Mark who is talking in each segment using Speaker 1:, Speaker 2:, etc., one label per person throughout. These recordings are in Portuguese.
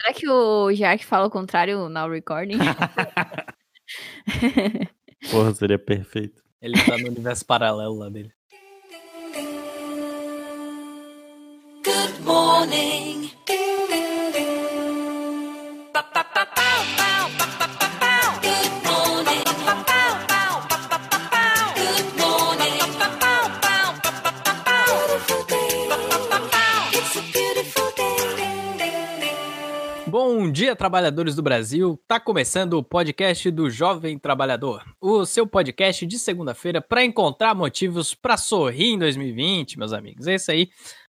Speaker 1: Será que o Jack fala o contrário na recording?
Speaker 2: Porra, seria perfeito.
Speaker 3: Ele tá no universo paralelo lá dele.
Speaker 4: Good morning. Ding, ding, ding. Ba, ba, ba, bow, bow, ba, ba, ba, bow. Good morning. Ba, ba, bow, bow, ba, ba, ba, bow. Good morning. Ba, ba, bow, bow, ba, ba, ba, bow. Beautiful day. Ba, ba, ba, bow. It's a beautiful day. Ding, ding, ding.
Speaker 3: Bom dia, trabalhadores do Brasil. Tá começando o podcast do Jovem Trabalhador, o seu podcast de segunda-feira para encontrar motivos para sorrir em 2020, meus amigos. É isso aí.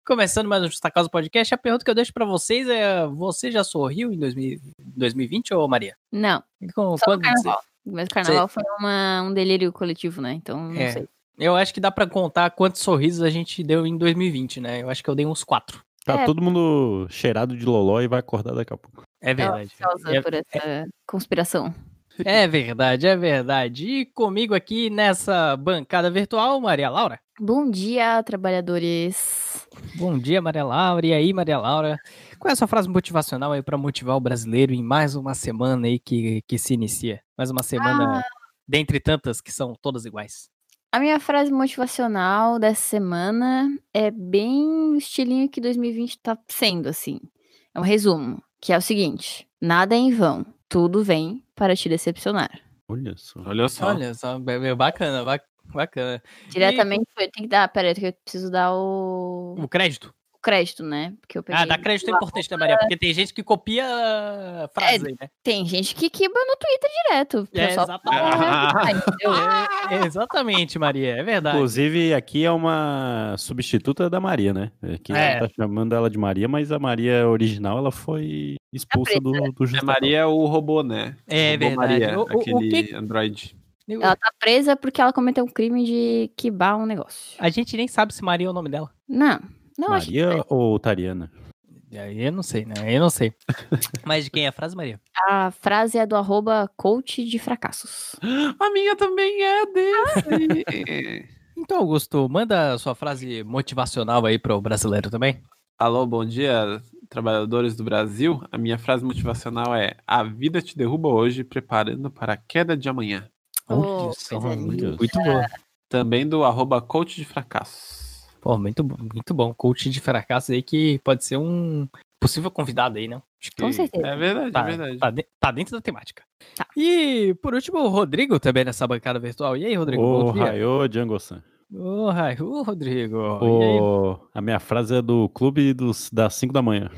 Speaker 3: Começando mais um Justa Causa Podcast, a pergunta que eu deixo para vocês é: você já sorriu em 2000 2020 ou Maria?
Speaker 1: Não,
Speaker 3: Com-
Speaker 1: só no
Speaker 3: quando você-
Speaker 1: carnaval. Mas o carnaval foi uma- um delírio coletivo, né? Então, não
Speaker 3: É.
Speaker 1: sei.
Speaker 3: Eu acho que dá para contar quantos sorrisos a gente deu em 2020, né? Eu acho que eu dei uns quatro.
Speaker 2: Tá
Speaker 1: É.
Speaker 2: todo mundo cheirado de loló e vai acordar daqui a pouco.
Speaker 3: É
Speaker 1: Tava
Speaker 3: verdade.
Speaker 1: ansiosa
Speaker 3: É-
Speaker 1: por essa conspiração.
Speaker 3: É verdade, é verdade. E comigo aqui nessa bancada virtual, Maria Laura.
Speaker 1: Bom dia, trabalhadores.
Speaker 3: Bom dia, Maria Laura. E aí, Maria Laura? Qual é a sua frase motivacional aí para motivar o brasileiro em mais uma semana aí que, que se inicia? Mais uma semana dentre tantas que são todas iguais.
Speaker 1: A minha frase motivacional dessa semana é bem o estilinho que 2020 tá sendo, assim. É um resumo, que é o seguinte: nada é em vão, tudo vem para te decepcionar.
Speaker 2: Olha só.
Speaker 5: Olha só.
Speaker 3: Olha só, ba- ba- bacana, ba- bacana.
Speaker 1: Diretamente eu tenho que dar. Peraí, que eu preciso dar o,
Speaker 3: O crédito.
Speaker 1: o crédito, né? Porque eu peguei.
Speaker 3: Ah, dar crédito é importante, né, Maria? Porque tem gente que copia a frase aí, né?
Speaker 1: Tem gente que quiba no Twitter direto.
Speaker 3: É,
Speaker 1: pessoal-
Speaker 3: exatamente.
Speaker 1: Ah, entendeu?
Speaker 3: É, exatamente, Maria, é verdade.
Speaker 2: Inclusive, aqui é uma substituta da Maria, né? Aqui a
Speaker 3: É.
Speaker 2: gente tá chamando ela de Maria, mas a Maria original, ela foi expulsa
Speaker 1: Tá
Speaker 2: do, do
Speaker 5: É
Speaker 2: Justa
Speaker 5: Maria é o robô, né?
Speaker 3: É
Speaker 5: Robô
Speaker 3: verdade.
Speaker 5: Maria,
Speaker 3: O- o- o
Speaker 5: aquele
Speaker 3: que-
Speaker 5: Android.
Speaker 1: Ela tá presa porque ela cometeu um crime de quibar um negócio.
Speaker 3: A gente nem sabe se Maria é o nome dela.
Speaker 1: Não, não acho que. é
Speaker 2: Maria ou Tariana?
Speaker 3: Aí eu não sei, né? Aí Eu não sei. Mas de quem é a frase, Maria?
Speaker 1: A frase é do arroba coach de fracassos.
Speaker 5: A minha também é desse.
Speaker 3: Então, Augusto, manda a sua frase motivacional aí pro brasileiro também.
Speaker 5: Alô, bom dia, trabalhadores do Brasil. A minha frase motivacional é: A vida te derruba hoje, preparando para a queda de amanhã.
Speaker 1: Oh,
Speaker 3: Olha
Speaker 1: coisa linda.
Speaker 3: muito bom.
Speaker 5: Também do arroba coach de fracassos.
Speaker 3: Pô, muito, bom, muito bom. Coach de fracasso aí que pode ser um possível convidado aí, né? Acho que
Speaker 1: Com certeza.
Speaker 5: É verdade,
Speaker 3: Tá,
Speaker 5: é verdade.
Speaker 3: tá de- tá dentro da temática.
Speaker 1: Tá.
Speaker 3: E, por último, o Rodrigo também nessa bancada virtual. E aí, Rodrigo?
Speaker 2: O
Speaker 3: bom dia.
Speaker 2: Raio Django San.
Speaker 3: Ô, Rai- ô, Rodrigo. E aí?
Speaker 2: O... A minha frase é do clube dos... das 5 da manhã.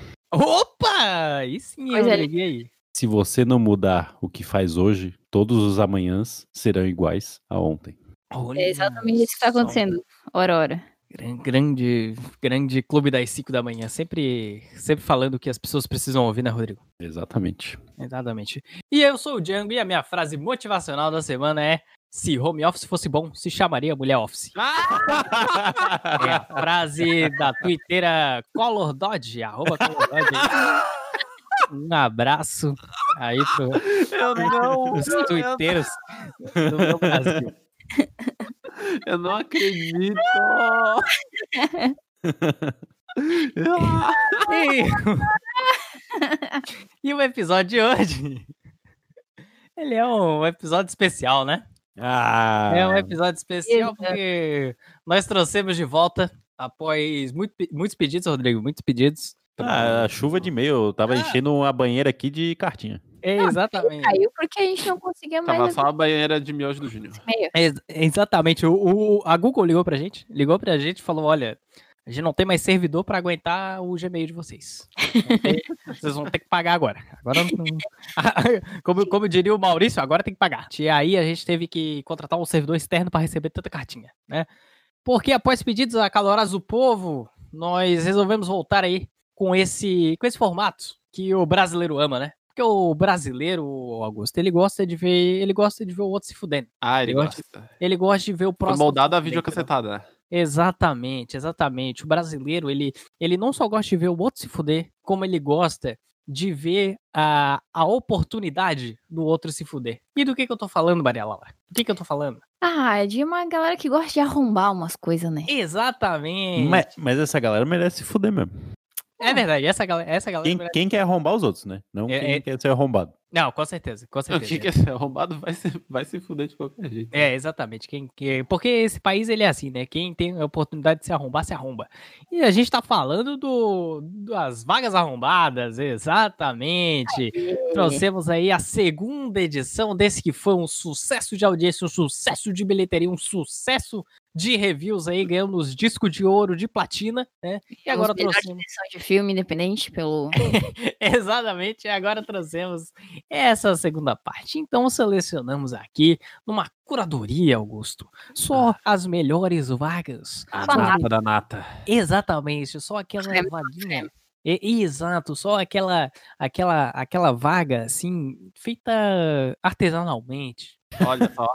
Speaker 3: Opa! Aí sim,
Speaker 1: Coisa
Speaker 3: Rodrigo. E aí?
Speaker 2: Se você não mudar o que faz hoje, todos os amanhãs serão iguais a ontem.
Speaker 3: Olha
Speaker 1: É exatamente isso que tá
Speaker 3: só.
Speaker 1: acontecendo. Ora, ora.
Speaker 3: Gran- Grande, grande clube das 5 da manhã, sempre, sempre falando o que as pessoas precisam ouvir, né, Rodrigo?
Speaker 2: Exatamente.
Speaker 3: Exatamente. E eu sou o Django e a minha frase motivacional da semana é: se home office fosse bom, se chamaria mulher office.
Speaker 5: Ah!
Speaker 3: É a frase da twitteira Color Dodge, arroba Color Dodge. Um abraço aí pro,
Speaker 5: Eu não,
Speaker 3: os twitteiros do Brasil.
Speaker 5: eu não acredito.
Speaker 3: Ah, E... e o episódio de hoje. Ele é um episódio especial, né?
Speaker 2: Ah,
Speaker 3: É um episódio especial
Speaker 1: Exato.
Speaker 3: porque nós trouxemos de volta, após muito pe- muitos pedidos, Rodrigo, muitos pedidos.
Speaker 2: ah, a chuva de meio. Eu tava
Speaker 3: Ah.
Speaker 2: enchendo a banheira aqui de cartinha.
Speaker 3: É, exatamente.
Speaker 1: Caiu porque a gente não conseguia mais
Speaker 5: Tava só a banheira de miojo do Júnior.
Speaker 1: meio.
Speaker 3: É, ex- exatamente. O, o- a Google ligou pra gente, ligou pra gente e falou: olha, a gente não tem mais servidor pra aguentar o Gmail de vocês. Vão ter- vocês vão ter que pagar agora. Agora não. como, como diria o Maurício, agora tem que pagar. E aí a gente teve que contratar um servidor externo pra receber tanta cartinha, né? Porque após pedidos acalorados do povo, nós resolvemos voltar aí com esse, com esse formato que o brasileiro ama, né? Porque o brasileiro, Augusto, ele gosta de ver, ele gosta de ver o outro se fudendo.
Speaker 5: Ah, ele
Speaker 3: Eu acho-
Speaker 5: gosta.
Speaker 3: Ele gosta de ver o
Speaker 5: Foi
Speaker 3: próximo.
Speaker 5: moldado a
Speaker 3: também, entendeu?
Speaker 5: videocacetada.
Speaker 3: Exatamente, exatamente. O brasileiro, ele, ele não só gosta de ver o outro se fuder, como ele gosta de ver a, a oportunidade do outro se fuder. E do que, que eu tô falando, Maria Laura? Do que, que eu tô falando?
Speaker 1: Ah, é de uma galera que gosta de arrombar umas coisas, né?
Speaker 3: Exatamente.
Speaker 2: Mas, mas essa galera merece se fuder mesmo.
Speaker 3: É verdade, essa galera. Essa
Speaker 2: Quem,
Speaker 3: galera
Speaker 2: quem quer arrombar os outros, né? Não
Speaker 3: É,
Speaker 2: quem
Speaker 3: é-
Speaker 2: quer ser arrombado.
Speaker 3: Não, com certeza, com
Speaker 5: O que
Speaker 3: certeza.
Speaker 5: quer ser arrombado vai se, vai se fuder de qualquer jeito.
Speaker 3: É, exatamente. Quem, que- porque esse país ele é assim, né? Quem tem a oportunidade de se arrombar, se arromba. E a gente tá falando do, das vagas arrombadas, exatamente. Trouxemos aí a segunda edição desse que foi um sucesso de audiência, um sucesso de bilheteria, um sucesso de reviews aí, ganhamos disco de ouro, de platina, né? E agora
Speaker 1: Os melhores
Speaker 3: trouxemos.
Speaker 1: edição de filme independente pelo
Speaker 3: Exatamente, e agora trouxemos essa segunda parte. Então selecionamos aqui numa curadoria, Augusto, só
Speaker 1: Ah.
Speaker 3: as melhores vagas.
Speaker 5: A
Speaker 3: Pra-
Speaker 5: nata da nata.
Speaker 3: Exatamente, só aquela
Speaker 1: Creme
Speaker 3: vaguinha. E- e- exato, só aquela aquela aquela vaga assim feita artesanalmente.
Speaker 5: Olha só.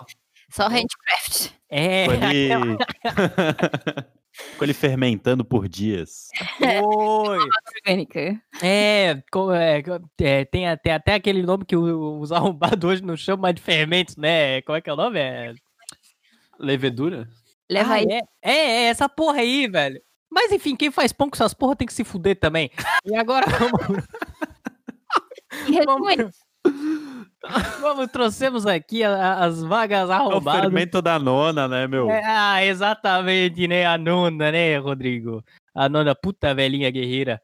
Speaker 1: só handcraft.
Speaker 3: É,
Speaker 2: Ficou ali... Ficou ali fermentando por dias. É
Speaker 3: foi.
Speaker 1: orgânica.
Speaker 3: É, co- é, co- é, tem até, até aquele nome que o- os arrombados hoje não chamam mais de fermentos, né? Como é que é o nome? É
Speaker 5: Levedura?
Speaker 1: Leva
Speaker 3: Ah,
Speaker 1: aí.
Speaker 3: é? é, é, essa porra aí, velho. Mas enfim, quem faz pão com essas porra tem que se fuder também. E agora vamos, é
Speaker 1: Em resumo,
Speaker 3: vamos, vamos, trouxemos aqui a- a- as vagas
Speaker 2: É o
Speaker 3: arrombadas.
Speaker 2: fermento da nona, né, meu?
Speaker 3: É, ah, exatamente, né? A nona, né, Rodrigo? A nona puta velhinha guerreira.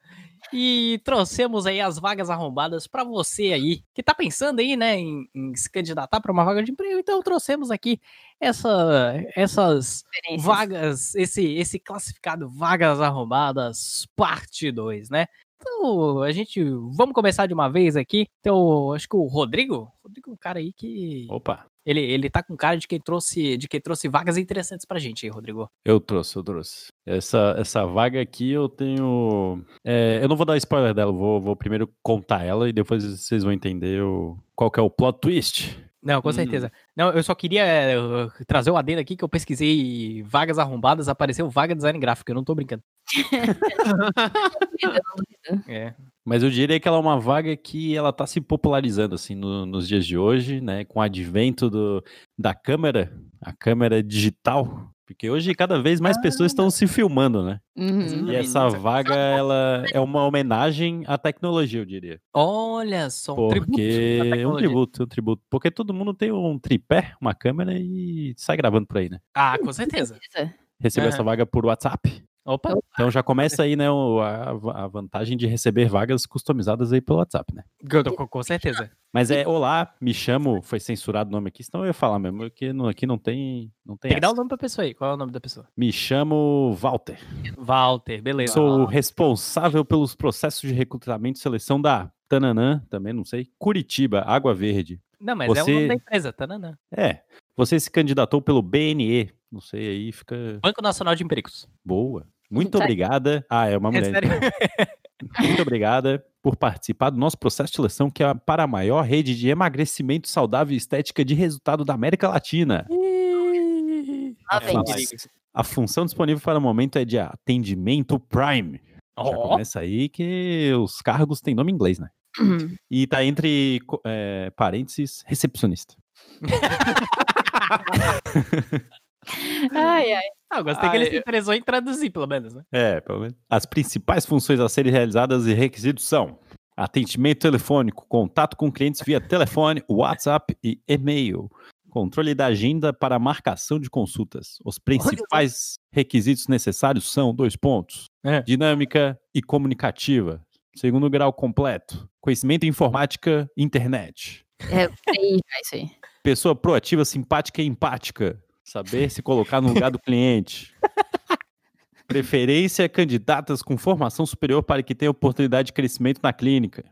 Speaker 3: E trouxemos aí as vagas arrombadas pra você aí, que tá pensando aí, né, em, em se candidatar pra uma vaga de emprego. Então trouxemos aqui essa, essas
Speaker 1: experiências.
Speaker 3: Vagas, esse, esse classificado Vagas Arrombadas, parte 2, né? Então, a gente. Vamos começar de uma vez aqui. Então, acho que o Rodrigo. Rodrigo é um cara aí que.
Speaker 2: Opa,
Speaker 3: Ele, ele tá com cara de quem trouxe de quem trouxe vagas interessantes pra gente aí, Rodrigo.
Speaker 2: eu trouxe, eu trouxe. Essa, essa vaga aqui eu tenho. é, eu não vou dar spoiler dela, eu vou, vou primeiro contar ela e depois vocês vão entender o- qual que é o plot twist.
Speaker 3: Não, com
Speaker 5: Hum.
Speaker 3: certeza. Não, eu só queria eh, eu- trazer o adendo aqui que eu pesquisei vagas arrombadas, apareceu vaga design gráfico, eu não tô brincando. é.
Speaker 2: Mas eu diria que ela é uma vaga que ela tá se popularizando assim no- nos dias de hoje, né? Com o advento do, da câmera, a câmera digital. Porque hoje cada vez mais pessoas estão se filmando, né?
Speaker 1: Uhum.
Speaker 2: E
Speaker 5: Hum,
Speaker 2: essa vaga, ela é uma homenagem à tecnologia, eu diria.
Speaker 3: Olha só, um tributo à
Speaker 2: Porque é um
Speaker 3: tecnologia.
Speaker 2: tributo, um tributo. Porque todo mundo tem um tripé, uma câmera e sai gravando por aí, né?
Speaker 3: Ah, com certeza.
Speaker 2: Recebeu essa
Speaker 3: Aham.
Speaker 2: vaga por WhatsApp.
Speaker 3: Opa.
Speaker 2: Então já começa aí, né, o- a, a vantagem de receber vagas customizadas aí pelo WhatsApp, né?
Speaker 3: Com, com certeza.
Speaker 2: Mas é, olá, me chamo, foi censurado o nome aqui, senão eu ia falar mesmo, porque não- aqui não tem, não tem,
Speaker 3: Tem que dar o
Speaker 2: essa.
Speaker 3: nome pra pessoa aí. Qual é o nome da pessoa?
Speaker 2: Me chamo Walter,
Speaker 3: Walter, beleza.
Speaker 2: sou o responsável pelos processos de recrutamento e seleção da Tananã, também não sei, Curitiba, Água Verde.
Speaker 3: Não, mas é o
Speaker 2: você-
Speaker 3: nome da empresa, Tananã.
Speaker 2: É, você se candidatou pelo BNE, não sei, aí fica
Speaker 3: Banco Nacional de Empregos.
Speaker 2: boa. Muito
Speaker 1: Tá.
Speaker 2: obrigada. Ah, é uma
Speaker 3: É
Speaker 2: mulher.
Speaker 3: sério.
Speaker 2: Muito obrigada por participar do nosso processo de seleção, que é para a maior rede de emagrecimento saudável e estética de resultado da América Latina.
Speaker 5: Tá
Speaker 1: Lá
Speaker 2: É,
Speaker 1: vem.
Speaker 2: mas a função disponível para o momento é de atendimento Prime. Já
Speaker 3: Ó,
Speaker 2: começa aí que os cargos têm nome em inglês, né?
Speaker 1: Uhum.
Speaker 2: E tá entre co- é, parênteses, recepcionista.
Speaker 1: Ai, ai.
Speaker 3: ah, eu gostei que
Speaker 5: Ah,
Speaker 3: ele se
Speaker 5: eu-
Speaker 3: interessou em traduzir, pelo menos, né?
Speaker 2: É, pelo menos. As principais funções a serem realizadas e requisitos são atendimento telefônico, contato com clientes via telefone, WhatsApp e e-mail, controle da agenda para marcação de consultas. Os principais requisitos necessários são dois pontos:
Speaker 3: É.
Speaker 2: dinâmica e comunicativa. Segundo grau completo, conhecimento em informática, internet.
Speaker 1: É, sei, já, isso aí.
Speaker 2: Pessoa proativa, simpática e empática. Saber se colocar no lugar do cliente. Preferência candidatas com formação superior para que tenham oportunidade de crescimento na clínica.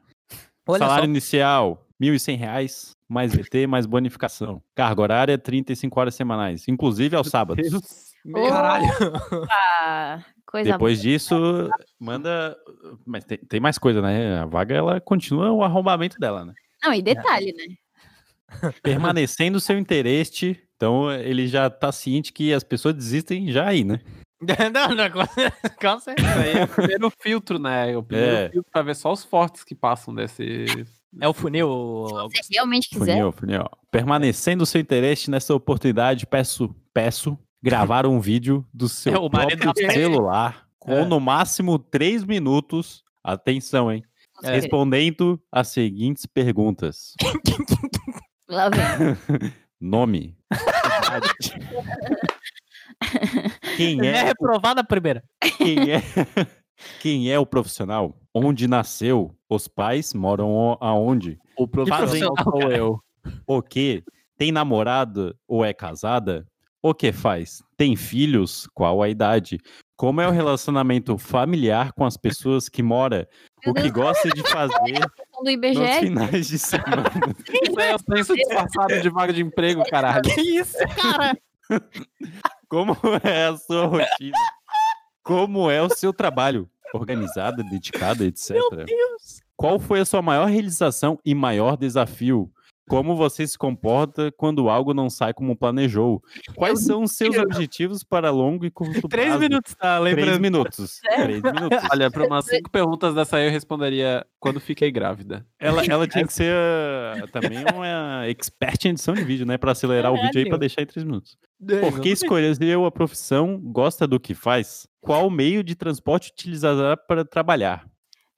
Speaker 3: Olha
Speaker 2: Salário inicial, R$ 1.100, reais, mais VT, mais bonificação. Carga horária, 35 horas semanais, inclusive aos sábados.
Speaker 3: só. Caralho.
Speaker 1: Opa, Ah, coisa
Speaker 2: Depois disso, manda... Mas tem, tem mais coisa, né? A vaga, ela continua o arrombamento dela, né?
Speaker 1: boa. Não, e detalhe, né?
Speaker 2: Permanecendo seu interesse... Então, ele já tá ciente que as pessoas desistem já aí, né?
Speaker 3: não, não, com- com certeza.
Speaker 5: Isso aí é o primeiro filtro, né? É o primeiro
Speaker 2: É.
Speaker 5: filtro pra ver só os fortes que passam desse.
Speaker 3: É o funil. Augusto.
Speaker 1: Se realmente quiser,
Speaker 2: Funil, funil. Permanecendo seu interesse nessa oportunidade, peço, peço gravar um vídeo do seu
Speaker 3: É, o marido
Speaker 2: próprio
Speaker 3: da Pepsi.
Speaker 2: celular com
Speaker 5: É.
Speaker 2: no máximo três minutos Atenção, hein?
Speaker 3: É.
Speaker 1: Vamos querer.
Speaker 2: Respondendo às seguintes perguntas:
Speaker 1: Lá vem.
Speaker 2: Nome. Idade. Quem
Speaker 3: É
Speaker 2: é,
Speaker 3: reprovada a primeira.
Speaker 2: quem é, quem é o profissional? Onde nasceu? Os pais moram o- aonde?
Speaker 5: O profissional
Speaker 3: profissional,
Speaker 5: sou
Speaker 3: cara.
Speaker 5: eu.
Speaker 2: O que? Tem namorado ou é casada? O que faz? Tem filhos? Qual a idade? Como é o relacionamento familiar com as pessoas que mora? O que gosta de fazer
Speaker 1: Questão Do
Speaker 2: nos
Speaker 1: IBGE,
Speaker 2: finais de semana?
Speaker 5: Isso é o senso disfarçado de vaga de emprego, caralho.
Speaker 3: Que isso, cara?
Speaker 2: Como é a sua rotina? Como é o seu trabalho? Organizada, dedicada, etc.
Speaker 3: Deus.
Speaker 2: Qual foi a sua maior realização e maior desafio? Como você se comporta quando algo não sai como planejou? Quais são os seus objetivos para longo e curto prazo?
Speaker 3: Três minutos, tá?
Speaker 2: Três
Speaker 3: Lembrando.
Speaker 2: minutos. Três minutos.
Speaker 5: Olha, pra umas cinco perguntas dessa aí eu responderia quando fiquei grávida.
Speaker 2: Ela, ela tinha que ser ah, também uma expert em edição de vídeo, né? Para acelerar o vídeo aí,
Speaker 3: Caralho.
Speaker 2: para deixar em três minutos.
Speaker 3: É.
Speaker 2: Por que escolheu a profissão, gosta do que faz? Qual meio de transporte utilizará para trabalhar?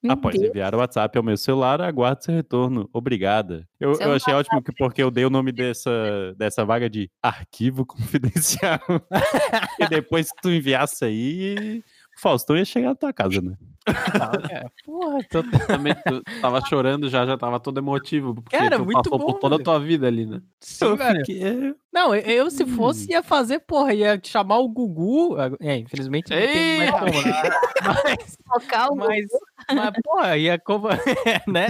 Speaker 1: Meu
Speaker 2: Após né?
Speaker 1: Deus.
Speaker 2: enviar o WhatsApp ao meu celular, aguardo seu retorno. Obrigada. Eu,
Speaker 1: Seu
Speaker 2: eu achei ótimo que, porque eu dei o nome dessa, dessa vaga de arquivo confidencial. e depois que tu enviasse aí, o Faustão ia chegar na tua casa, né?
Speaker 3: tá, é. Porra, tô...
Speaker 5: Também tu tava chorando já, já tava todo emotivo. Porque
Speaker 3: Cara,
Speaker 5: tu
Speaker 3: muito
Speaker 5: passou
Speaker 3: bom,
Speaker 5: por toda a
Speaker 3: velho.
Speaker 5: tua vida ali, né?
Speaker 3: Sim, velho. Hum.
Speaker 2: Que é-
Speaker 3: Não, eu, eu, se fosse ia fazer, porra, ia chamar o Gugu. É, infelizmente não tem mais
Speaker 5: Ei,
Speaker 3: como, né? Mas,
Speaker 1: Focar o
Speaker 3: mas, mas, porra, ia como. né?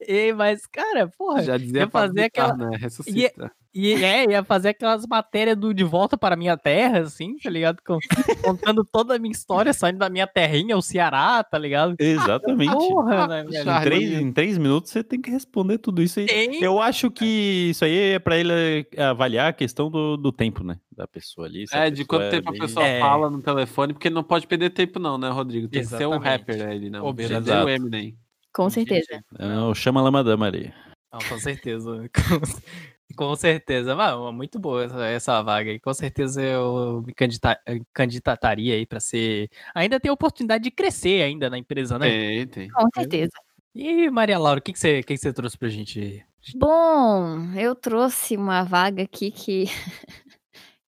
Speaker 3: Ei, mas, cara, porra.
Speaker 5: Já dizia
Speaker 3: ia fazer
Speaker 5: Pablo Vittar,
Speaker 3: aquela- é-
Speaker 5: né? Ressuscita.
Speaker 3: E é, ia fazer aquelas matérias do De Volta para Minha Terra, assim, tá ligado? Com- contando toda a minha história, saindo da minha terrinha, o Ceará, tá ligado?
Speaker 2: Exatamente.
Speaker 3: Porra, né, velho?
Speaker 2: Em três, em três minutos você tem que responder tudo isso aí.
Speaker 3: Tem-
Speaker 2: Eu acho que isso aí é pra ele avaliar a questão do, do tempo, né? Da pessoa ali. se
Speaker 5: É, de quanto tempo
Speaker 2: ali-
Speaker 5: a pessoa
Speaker 3: É.
Speaker 5: fala no telefone, porque não pode perder tempo, não, né, Rodrigo? Tem que ser um
Speaker 3: Exatamente.
Speaker 5: rapper né, ele, não.
Speaker 3: Ô,
Speaker 5: Um verdadeiro
Speaker 2: exato.
Speaker 5: Eminem.
Speaker 1: Com certeza.
Speaker 2: Não, É, chama a Lamadama ali.
Speaker 3: Não, com certeza. Com- com certeza. Mas, mas muito boa essa, essa vaga aí. Com certeza eu me candidata- candidataria aí pra ser. Ainda tem a oportunidade de crescer ainda na empresa, né?
Speaker 5: Tem, tem.
Speaker 1: Com certeza.
Speaker 3: E Maria Laura, o que, que, você, o que, que você trouxe pra gente aí?
Speaker 1: Bom, eu trouxe uma vaga aqui que.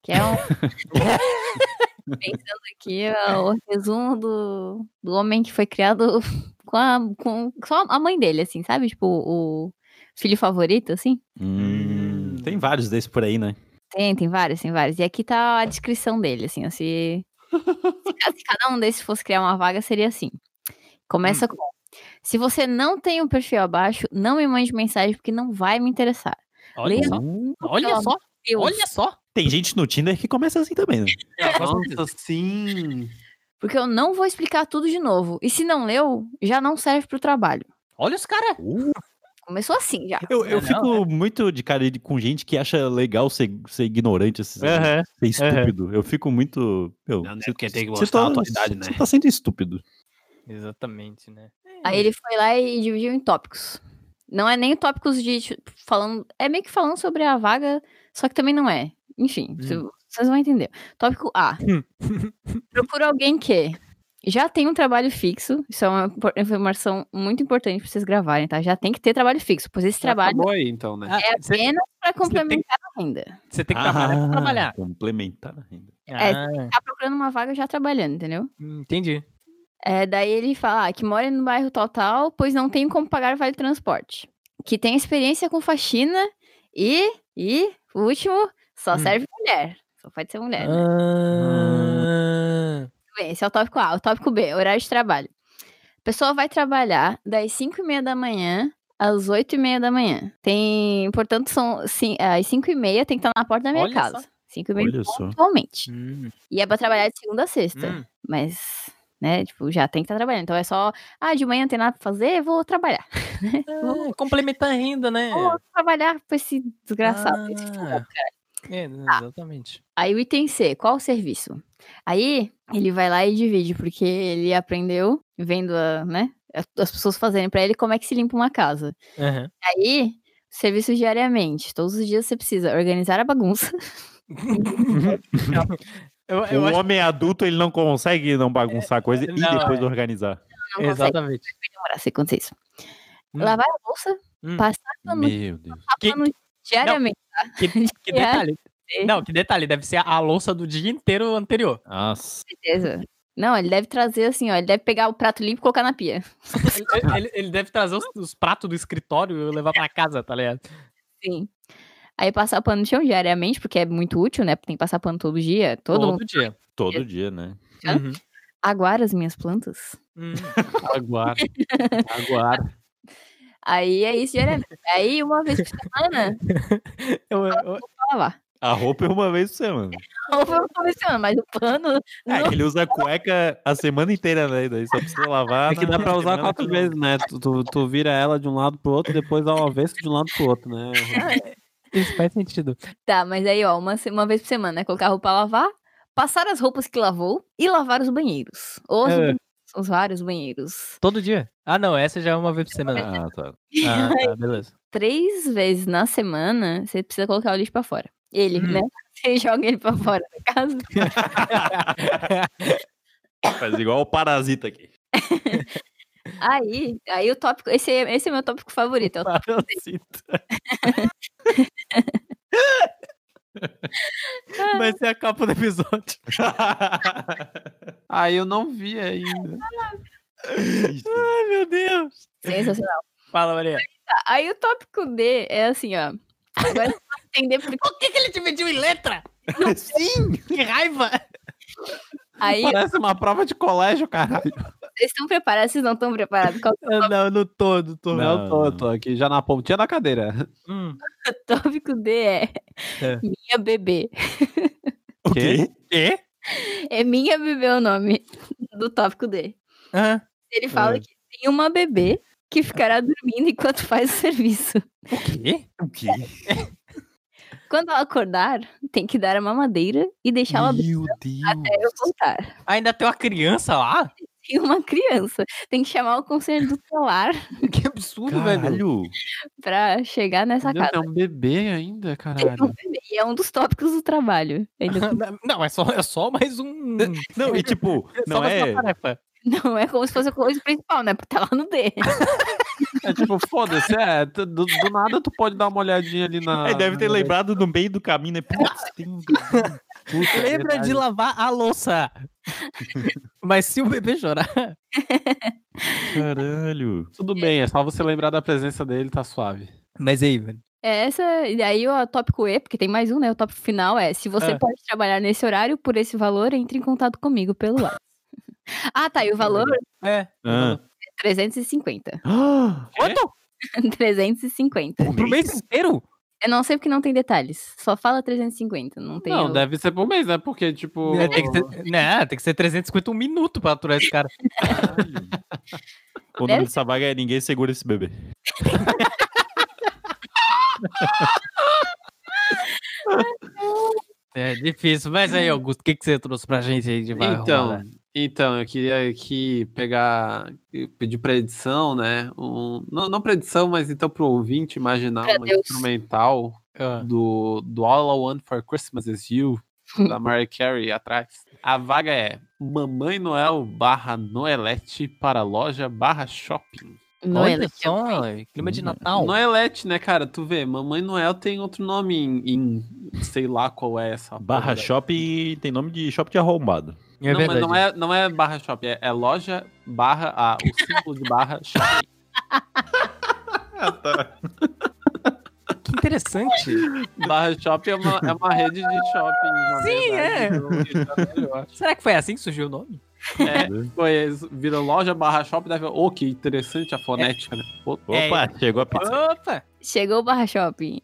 Speaker 1: que é um. Pensando aqui, é o resumo do, do homem que foi criado com a, com, com a mãe dele, assim, sabe? Tipo, o filho favorito, assim.
Speaker 2: Hum, tem vários desses por aí, né?
Speaker 1: Tem, tem vários, tem vários. E aqui tá a descrição dele, assim, ó, se, se ca- se cada um desses fosse criar uma vaga, seria assim. Começa com: se você não tem o perfil abaixo, não me mande mensagem porque não vai me interessar.
Speaker 3: Olha
Speaker 1: Leia.
Speaker 3: só. Olha
Speaker 1: Pelo
Speaker 3: só.
Speaker 1: Deus.
Speaker 3: Olha só.
Speaker 2: Hum. Tem gente no Tinder que começa assim também, né?
Speaker 5: Nossa, sim!
Speaker 1: Porque eu não vou explicar tudo de novo. E se não leu, já não serve pro trabalho.
Speaker 3: Olha os caras.
Speaker 1: Começou assim já.
Speaker 2: Eu, eu
Speaker 5: É,
Speaker 3: Não,
Speaker 2: fico muito de cara de- com gente que acha legal ser, ser ignorante, assim, ser estúpido. Eu fico muito. Meu,
Speaker 5: Não, né?
Speaker 2: você-
Speaker 5: Porque tem que
Speaker 2: você
Speaker 5: mostrar
Speaker 2: tá-
Speaker 5: a atualidade, né?
Speaker 2: Você tá sendo estúpido.
Speaker 3: Exatamente, né?
Speaker 1: Aí ele foi lá e dividiu em tópicos. Não é nem tópicos de tipo, falando, é meio que falando sobre a vaga, só que também não é. Enfim,
Speaker 3: Hum.
Speaker 1: cê- vocês vão entender. Tópico A. Procura alguém que já tem um trabalho fixo. Isso é uma impor- informação muito importante pra vocês gravarem, tá? Já tem que ter trabalho fixo, pois esse trabalho
Speaker 5: Acabou aí, então, né?
Speaker 1: é
Speaker 3: Você
Speaker 1: apenas para
Speaker 3: tem-
Speaker 1: complementar a renda.
Speaker 3: tem que trabalhar pra
Speaker 2: Ah,
Speaker 3: trabalhar.
Speaker 2: Complementar ainda.
Speaker 1: É,
Speaker 3: Ah,
Speaker 1: Tá procurando uma vaga já trabalhando, entendeu?
Speaker 3: entendi.
Speaker 1: É, daí ele fala ah, que mora no bairro tal, tal, pois não tem como pagar vale transporte. Que tem experiência com faxina e, e, o último, só
Speaker 3: Hum.
Speaker 1: serve mulher. Só pode ser mulher. né?
Speaker 3: Ah,
Speaker 1: Tudo bem, esse é o tópico A. O tópico B, horário de trabalho. A pessoa vai trabalhar das 5 e meia da manhã às 8 e meia da manhã. Tem, portanto, são cin- às 5 e meia tem que estar na porta da minha
Speaker 3: Olha só.
Speaker 1: casa. 5 e meia
Speaker 2: Olha só.
Speaker 1: pontualmente.
Speaker 3: hum,
Speaker 1: E é pra trabalhar de segunda a sexta.
Speaker 3: hum.
Speaker 1: Mas, né, tipo, já tem que estar trabalhando. Então é só, ah, de manhã não tem nada pra fazer, vou trabalhar.
Speaker 3: Ah, complementar a renda, né?
Speaker 1: Vou trabalhar pra esse desgraçado. esse
Speaker 3: Ah.
Speaker 1: fofoca.
Speaker 3: É, exatamente.
Speaker 1: Aí o item C, qual o serviço? Aí ele vai lá e divide, porque ele aprendeu, vendo, a, né, as pessoas fazerem pra ele como é que se limpa uma casa.
Speaker 3: Aham.
Speaker 1: Aí, serviço diariamente. Todos os dias você precisa organizar a bagunça.
Speaker 3: Eu,
Speaker 2: um
Speaker 3: eu acho
Speaker 2: é homem adulto, ele não consegue não bagunçar a coisa e
Speaker 3: Não,
Speaker 2: depois
Speaker 3: é.
Speaker 2: organizar.
Speaker 1: não consegue
Speaker 3: Exatamente.
Speaker 1: demorar se acontecer isso.
Speaker 3: Hum.
Speaker 1: Lavar a bolsa,
Speaker 3: Hum.
Speaker 1: passar pano,
Speaker 2: Meu Deus.
Speaker 1: passar
Speaker 3: Que-
Speaker 1: pano diariamente.
Speaker 3: Que, que
Speaker 1: É.
Speaker 3: detalhe. Não, que detalhe. Deve ser a louça do dia inteiro anterior.
Speaker 2: Nossa.
Speaker 1: Com certeza. Não, ele deve trazer assim, ó. Ele deve pegar o prato limpo e colocar na pia.
Speaker 3: Ele, ele- ele deve trazer os, os pratos do escritório e levar pra casa, tá ligado?
Speaker 1: Sim. Aí passar pano no chão diariamente, porque é muito útil, né? Tem que passar pano todo dia. Todo mundo
Speaker 3: dia.
Speaker 2: Todo dia, né?
Speaker 1: Hã?
Speaker 3: Uhum.
Speaker 1: aguar as minhas plantas.
Speaker 3: Hum.
Speaker 1: Ah.
Speaker 5: Aguardo. Aguardo.
Speaker 1: Aí é isso diariamente. Aí uma vez por semana,
Speaker 3: Eu- eu-
Speaker 1: pra lavar.
Speaker 2: A roupa é uma vez por semana.
Speaker 1: Ou foi uma vez por semana, mas o pano.
Speaker 2: É, ele usa cueca a semana inteira, né? Daí só precisa lavar.
Speaker 5: É que dá
Speaker 2: na
Speaker 5: pra usar
Speaker 2: semana
Speaker 5: quatro
Speaker 2: que-
Speaker 5: vezes, né? Tu, tu, tu vira ela de um lado pro outro, depois dá uma vez de um lado pro outro, né?
Speaker 3: Isso faz sentido.
Speaker 1: Tá, mas aí, ó, uma, se- uma vez por semana, né? Colocar a roupa a lavar, passar as roupas que lavou e lavar os banheiros. Ou os,
Speaker 3: É.
Speaker 1: banheiros, os vários banheiros.
Speaker 3: Todo dia? Ah, não. Essa já é uma vez por semana.
Speaker 2: Ah, tá.
Speaker 3: Ah, tá, beleza.
Speaker 1: Três vezes na semana, você precisa colocar o lixo pra fora. Ele,
Speaker 3: Uhum.
Speaker 1: né? Você joga ele pra fora da casa.
Speaker 2: Faz igual o parasita aqui.
Speaker 1: Aí, aí o tópico. Esse, é- esse é meu tópico favorito. é o
Speaker 2: Parasita.
Speaker 1: Ah.
Speaker 3: Vai ser a capa do episódio.
Speaker 5: Ah, eu não vi ainda.
Speaker 3: Ai, meu Deus.
Speaker 1: Sensacional.
Speaker 3: Fala, Maria.
Speaker 1: Tá, Aí o tópico D é assim, ó. Agora você vai entender porque.
Speaker 3: Por que, que ele dividiu em letra?
Speaker 2: Sim!
Speaker 3: Que raiva!
Speaker 1: Aí
Speaker 5: Parece uma prova de colégio, caralho.
Speaker 1: vocês estão preparados, vocês não estão preparados. Qual
Speaker 3: Não, no todo,
Speaker 5: Tô,
Speaker 2: Não.
Speaker 5: eu tô, eu tô aqui já na pontinha da cadeira.
Speaker 3: Hum.
Speaker 1: que é o tópico D é?
Speaker 3: É.
Speaker 1: Minha bebê.
Speaker 2: O quê?
Speaker 3: E?
Speaker 1: É minha bebê o nome do tópico D. Ele fala
Speaker 3: É.
Speaker 1: que tem uma bebê que ficará dormindo enquanto faz o serviço.
Speaker 3: O quê?
Speaker 2: O quê?
Speaker 1: Quando ela acordar, tem que dar a mamadeira e deixá-la abrir
Speaker 2: Meu
Speaker 1: até eu voltar.
Speaker 3: Ainda tem uma criança lá?
Speaker 1: Tem uma criança. Tem que chamar o conselho tutelar
Speaker 3: Que absurdo, velho.
Speaker 2: Caralho!
Speaker 1: pra chegar nessa
Speaker 5: Meu Deus,
Speaker 1: casa.
Speaker 5: é um bebê ainda,
Speaker 1: Tem um
Speaker 5: caralho.
Speaker 1: bebê, E é um dos tópicos do trabalho. Ainda
Speaker 3: Não, é só, é só mais um.
Speaker 2: Não, e tipo,
Speaker 3: é só
Speaker 2: não
Speaker 3: mais
Speaker 2: é.
Speaker 3: uma tarefa.
Speaker 1: Não é como se fosse a coisa principal, né? Porque tá lá no D.
Speaker 5: É tipo, foda-se, é. tu- Do, do nada tu pode dar uma olhadinha ali na.
Speaker 2: Ele deve ter
Speaker 5: na-
Speaker 2: lembrado no meio do caminho, né? Putz, tem um.
Speaker 5: Puta,
Speaker 3: Lembra de
Speaker 5: verdade.
Speaker 3: lavar a louça. Mas se o bebê chorar.
Speaker 2: Caralho!
Speaker 5: Tudo bem, é só você lembrar da presença dele, tá suave.
Speaker 3: Mas aí, velho.
Speaker 1: É Essa, e aí o tópico E, porque tem mais um, né? O tópico final é: se você
Speaker 3: Ah.
Speaker 1: pode trabalhar nesse horário por esse valor, entre em contato comigo pelo WhatsApp. ah, tá. E o valor
Speaker 3: É.
Speaker 2: Ah.
Speaker 1: 350.
Speaker 3: Quanto?
Speaker 1: 350.
Speaker 3: Pro É? mês inteiro?
Speaker 1: Eu não sei porque não tem detalhes. Só fala 350. Não tem.
Speaker 5: Não,
Speaker 1: o-
Speaker 5: deve ser por mês, né? Porque, tipo.
Speaker 3: É, tem, que ser, né, tem que ser 350 um minuto pra aturar esse cara.
Speaker 2: O nome dessa vaga é Ninguém Segura Esse Bebê.
Speaker 3: É difícil. Mas aí, Augusto, o que, que você trouxe pra gente aí de vai
Speaker 5: Então, então, eu queria aqui pegar, pedir pra edição, né? Um, não, não pra edição, mas então pro ouvinte imaginar
Speaker 1: Pra
Speaker 5: uma
Speaker 1: Deus.
Speaker 5: instrumental
Speaker 3: Ah.
Speaker 5: do, do All I Want for Christmas Is You, da Mariah Carey atrás. A vaga é Mamãe Noel barra Noelete para loja barra shopping.
Speaker 1: Noel.
Speaker 3: Olha só, clima de Natal.
Speaker 5: Noelete, né, cara? Tu vê, Mamãe Noel tem outro nome em, em sei lá qual é essa. porra
Speaker 2: Barra
Speaker 5: da-
Speaker 2: shopping tem nome de shopping de arrombado.
Speaker 3: É
Speaker 5: não, mas não é, não é barra shopping, é, é loja barra, ah, o símbolo de barra shopping.
Speaker 3: Que interessante.
Speaker 5: Barra shopping é uma, é uma rede de shopping. Na né,
Speaker 3: Sim, é.
Speaker 5: verdade, eu acho.
Speaker 3: Será que foi assim que surgiu o nome?
Speaker 5: É, foi, isso, virou loja barra shopping. Deve... Oh, que interessante a fonética, né? Pô,
Speaker 2: Opa,
Speaker 3: é.
Speaker 2: chegou a
Speaker 5: Ah,
Speaker 2: pizza.
Speaker 3: Opa!
Speaker 1: Chegou o Barra Shopping.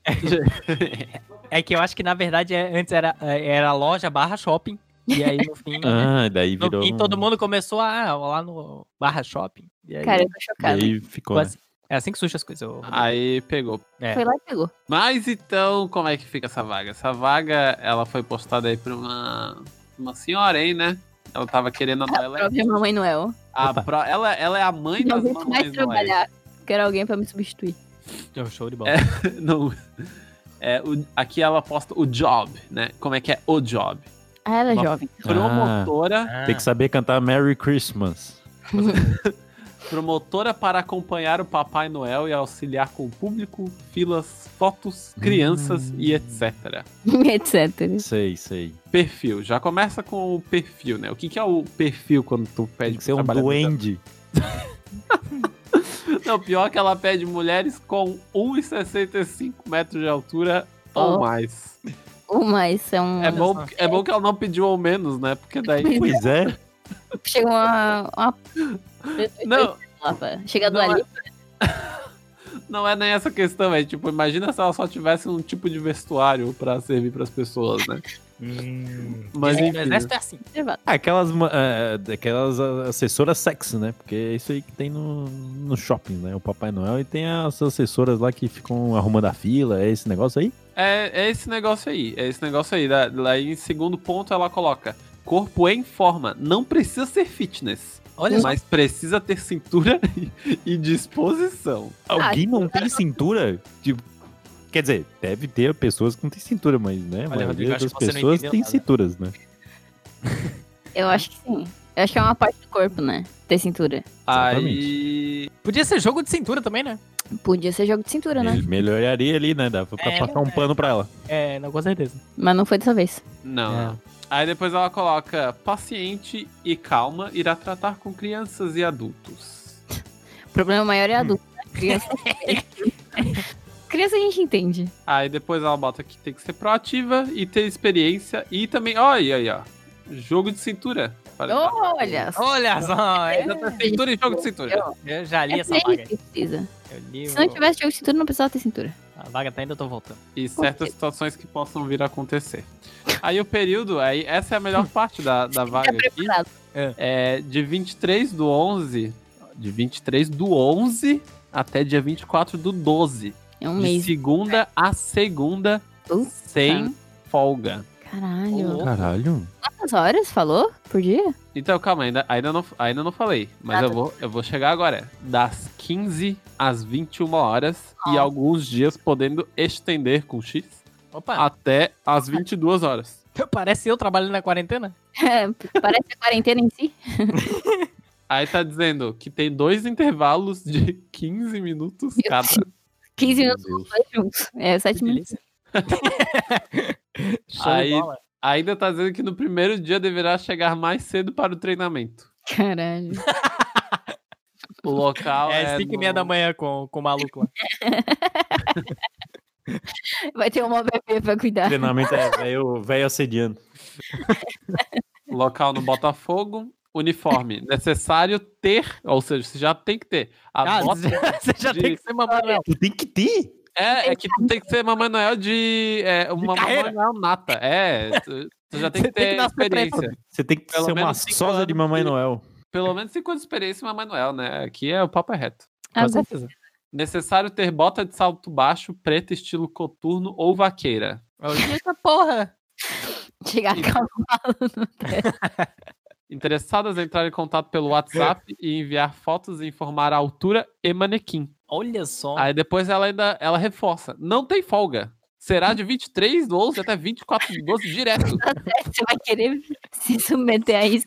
Speaker 3: É que eu acho que, na verdade, é- antes era, é, era loja barra shopping. E aí, no fim,
Speaker 2: Ah, daí
Speaker 3: Uhum. no
Speaker 2: virou.
Speaker 3: fim,
Speaker 2: um-
Speaker 3: todo mundo começou a ah, lá no barra shopping. E aí,
Speaker 1: Cara, eu tô
Speaker 2: E
Speaker 1: chocada.
Speaker 2: aí ficou. né?
Speaker 3: assim- é assim que surgem as coisas. ô, Rodrigo.
Speaker 5: Aí pegou.
Speaker 3: É.
Speaker 1: Foi lá e pegou.
Speaker 5: Mas então, como é que fica essa vaga? Essa vaga, ela foi postada aí pra uma, uma senhora aí, né? Ela tava querendo a
Speaker 1: Pra
Speaker 5: Noela.
Speaker 1: ver Mamãe Noel.
Speaker 5: A
Speaker 3: Opa.
Speaker 5: pro- ela, ela é a mãe
Speaker 1: Não
Speaker 5: das
Speaker 1: aguento
Speaker 5: mamães é?
Speaker 1: mais
Speaker 5: Noel.
Speaker 1: trabalhar. Quero alguém pra me substituir.
Speaker 3: É, Show de bola.
Speaker 5: É. Não. É, o- aqui ela posta o job, né? Como é que é o job?
Speaker 1: Ah, ela é
Speaker 5: Uma-
Speaker 1: jovem.
Speaker 5: Promotora,
Speaker 3: Ah,
Speaker 2: Tem que saber cantar Merry Christmas.
Speaker 5: Promotora para acompanhar o Papai Noel e auxiliar com o público, filas, fotos, crianças e
Speaker 2: Hum.
Speaker 5: etc.
Speaker 1: etc.
Speaker 2: Sei, sei.
Speaker 5: Perfil. Já começa com o perfil, né? O que, que é o perfil quando tu pede
Speaker 2: Tem
Speaker 5: pra
Speaker 2: que ser um
Speaker 5: trabalhar no
Speaker 2: duende.
Speaker 5: Não, pior que ela pede mulheres com 1,65 metros de altura ou
Speaker 1: Oh.
Speaker 5: mais.
Speaker 1: Ou mais, é um.
Speaker 5: É bom, é bom que ela não pediu ou menos, né? Porque daí.
Speaker 2: Pois é.
Speaker 1: Chega uma. uma...
Speaker 5: Não,
Speaker 1: lá, pá. Chega do
Speaker 5: Não,
Speaker 1: ali.
Speaker 5: não é nem essa questão, é tipo, imagina se ela só tivesse um tipo de vestuário pra servir pras pessoas, né? Mas
Speaker 3: Dizem que
Speaker 5: enfim. né?
Speaker 3: no exército é assim.
Speaker 2: Ah, Aquelas, ma- eh, aquelas ah, assessoras sexy, né? Porque é isso aí que tem no, no shopping, né? O Papai Noel e tem as assessoras lá que ficam arrumando a fila, é esse negócio aí?
Speaker 5: É, é esse negócio aí, é esse negócio aí. Da- Lá em segundo ponto ela coloca: corpo em forma, não precisa ser fitness,
Speaker 3: Olha só.
Speaker 5: mas precisa ter cintura e- e disposição.
Speaker 2: Alguém não tem cintura? Tipo, quer dizer, deve ter pessoas que não têm cintura, mas, né? A maioria
Speaker 3: Rodrigo, acho
Speaker 2: das
Speaker 3: que você não
Speaker 2: pessoas
Speaker 3: entendeu
Speaker 2: tem
Speaker 3: nada.
Speaker 2: cinturas, né?
Speaker 1: Eu acho que sim. Eu acho que é uma parte do corpo, né? Ter cintura.
Speaker 5: Aí.
Speaker 3: Podia ser jogo de cintura também, né?
Speaker 1: Podia ser jogo de cintura, né?
Speaker 2: Ele melhoraria ali, né? Dava pra
Speaker 3: É,
Speaker 2: passar um pano pra ela.
Speaker 3: É, não, com certeza.
Speaker 1: Mas não foi dessa vez.
Speaker 5: Não.
Speaker 3: É.
Speaker 5: não. Aí depois ela coloca: paciente e calma irá tratar com crianças e adultos.
Speaker 1: O problema maior é adulto, né? Criança. Criança a gente entende.
Speaker 5: Aí depois ela bota que tem que ser proativa e ter experiência e também. Olha aí, ó. Jogo de cintura. Olha.
Speaker 1: Olha, só.
Speaker 3: Olha só, é,
Speaker 5: Cintura e jogo de cintura.
Speaker 3: eu já li
Speaker 1: é
Speaker 3: essa
Speaker 1: pra
Speaker 3: vaga.
Speaker 1: isso que precisa.
Speaker 3: Eu li
Speaker 1: Se não
Speaker 3: o-
Speaker 1: tivesse jogo de cintura, não precisava ter cintura.
Speaker 3: A vaga tá ainda, eu tô voltando.
Speaker 5: E certas situações que possam vir a acontecer. Aí o período, aí, essa é a melhor parte da, da vaga
Speaker 1: Tá
Speaker 5: aqui.
Speaker 1: preparado.
Speaker 5: É de 23 do 11. De 23 do 11 até dia 24 do 12.
Speaker 1: É um
Speaker 5: De
Speaker 1: mês. Tá.
Speaker 5: segunda a segunda,
Speaker 1: Puta.
Speaker 5: sem folga.
Speaker 1: Caralho.
Speaker 5: Ô,
Speaker 2: Caralho.
Speaker 1: Quantas horas falou por dia?
Speaker 5: Então, calma, ainda, ainda, não, ainda não falei. Mas
Speaker 1: Ah,
Speaker 5: eu
Speaker 1: tá.
Speaker 5: vou, eu vou chegar agora. Das 15 às 21 horas e
Speaker 1: Ah.
Speaker 5: alguns dias podendo estender com X
Speaker 3: Opa,
Speaker 5: até às 22 horas.
Speaker 3: parece eu trabalhando na quarentena.
Speaker 1: É, Parece a quarentena em si.
Speaker 5: Aí tá dizendo que tem dois intervalos de 15 minutos
Speaker 1: Meu
Speaker 5: cada.
Speaker 1: 15
Speaker 2: Meu
Speaker 1: minutos
Speaker 2: Deus.
Speaker 1: dois juntos. É, 7 minutos.
Speaker 3: Show
Speaker 5: Aí-
Speaker 3: de bola.
Speaker 5: Ainda tá dizendo que no primeiro dia deverá chegar mais cedo para o treinamento.
Speaker 1: Caralho.
Speaker 5: O local é.
Speaker 3: É 5 e
Speaker 5: no-
Speaker 3: meia da manhã com, com o maluco lá.
Speaker 1: Vai ter uma bebê pra cuidar.
Speaker 2: Treinamento é velho- velho assediando.
Speaker 5: Local no Botafogo. Uniforme. Necessário ter, ou seja, você já tem que ter. A
Speaker 3: Ah,
Speaker 5: bota
Speaker 3: você já- você já
Speaker 5: de-
Speaker 3: tem que ser mamãe Noel.
Speaker 2: Tu tem que ter?
Speaker 5: É, é que tu tem que ser Mamãe Noel de. É, uma
Speaker 3: carreira.
Speaker 5: Mamãe Noel nata. É, tu, tu já tem
Speaker 3: Você
Speaker 5: que ter
Speaker 3: tem que dar as
Speaker 5: experiência.
Speaker 2: Você tem que
Speaker 5: Pelo
Speaker 2: ser uma
Speaker 5: menos cinco
Speaker 2: sosa de
Speaker 5: anos
Speaker 2: Mamãe
Speaker 5: de-
Speaker 2: Noel.
Speaker 5: Pelo menos 5 anos de experiência em Mamãe Noel, né? Aqui é o papo é reto.
Speaker 1: Ah,
Speaker 3: Com certeza.
Speaker 5: Necessário ter bota de salto baixo, preta, estilo coturno ou vaqueira.
Speaker 3: Eita porra!
Speaker 1: chegar a calma.
Speaker 5: Interessadas, entrar em contato pelo WhatsApp
Speaker 3: É.
Speaker 5: e enviar fotos e informar a altura e manequim.
Speaker 3: Olha só.
Speaker 5: Aí depois ela ainda ela reforça. Não tem folga. Será de 23 do 11 até 24 do 12 direto.
Speaker 1: É, Você vai querer se submeter a isso.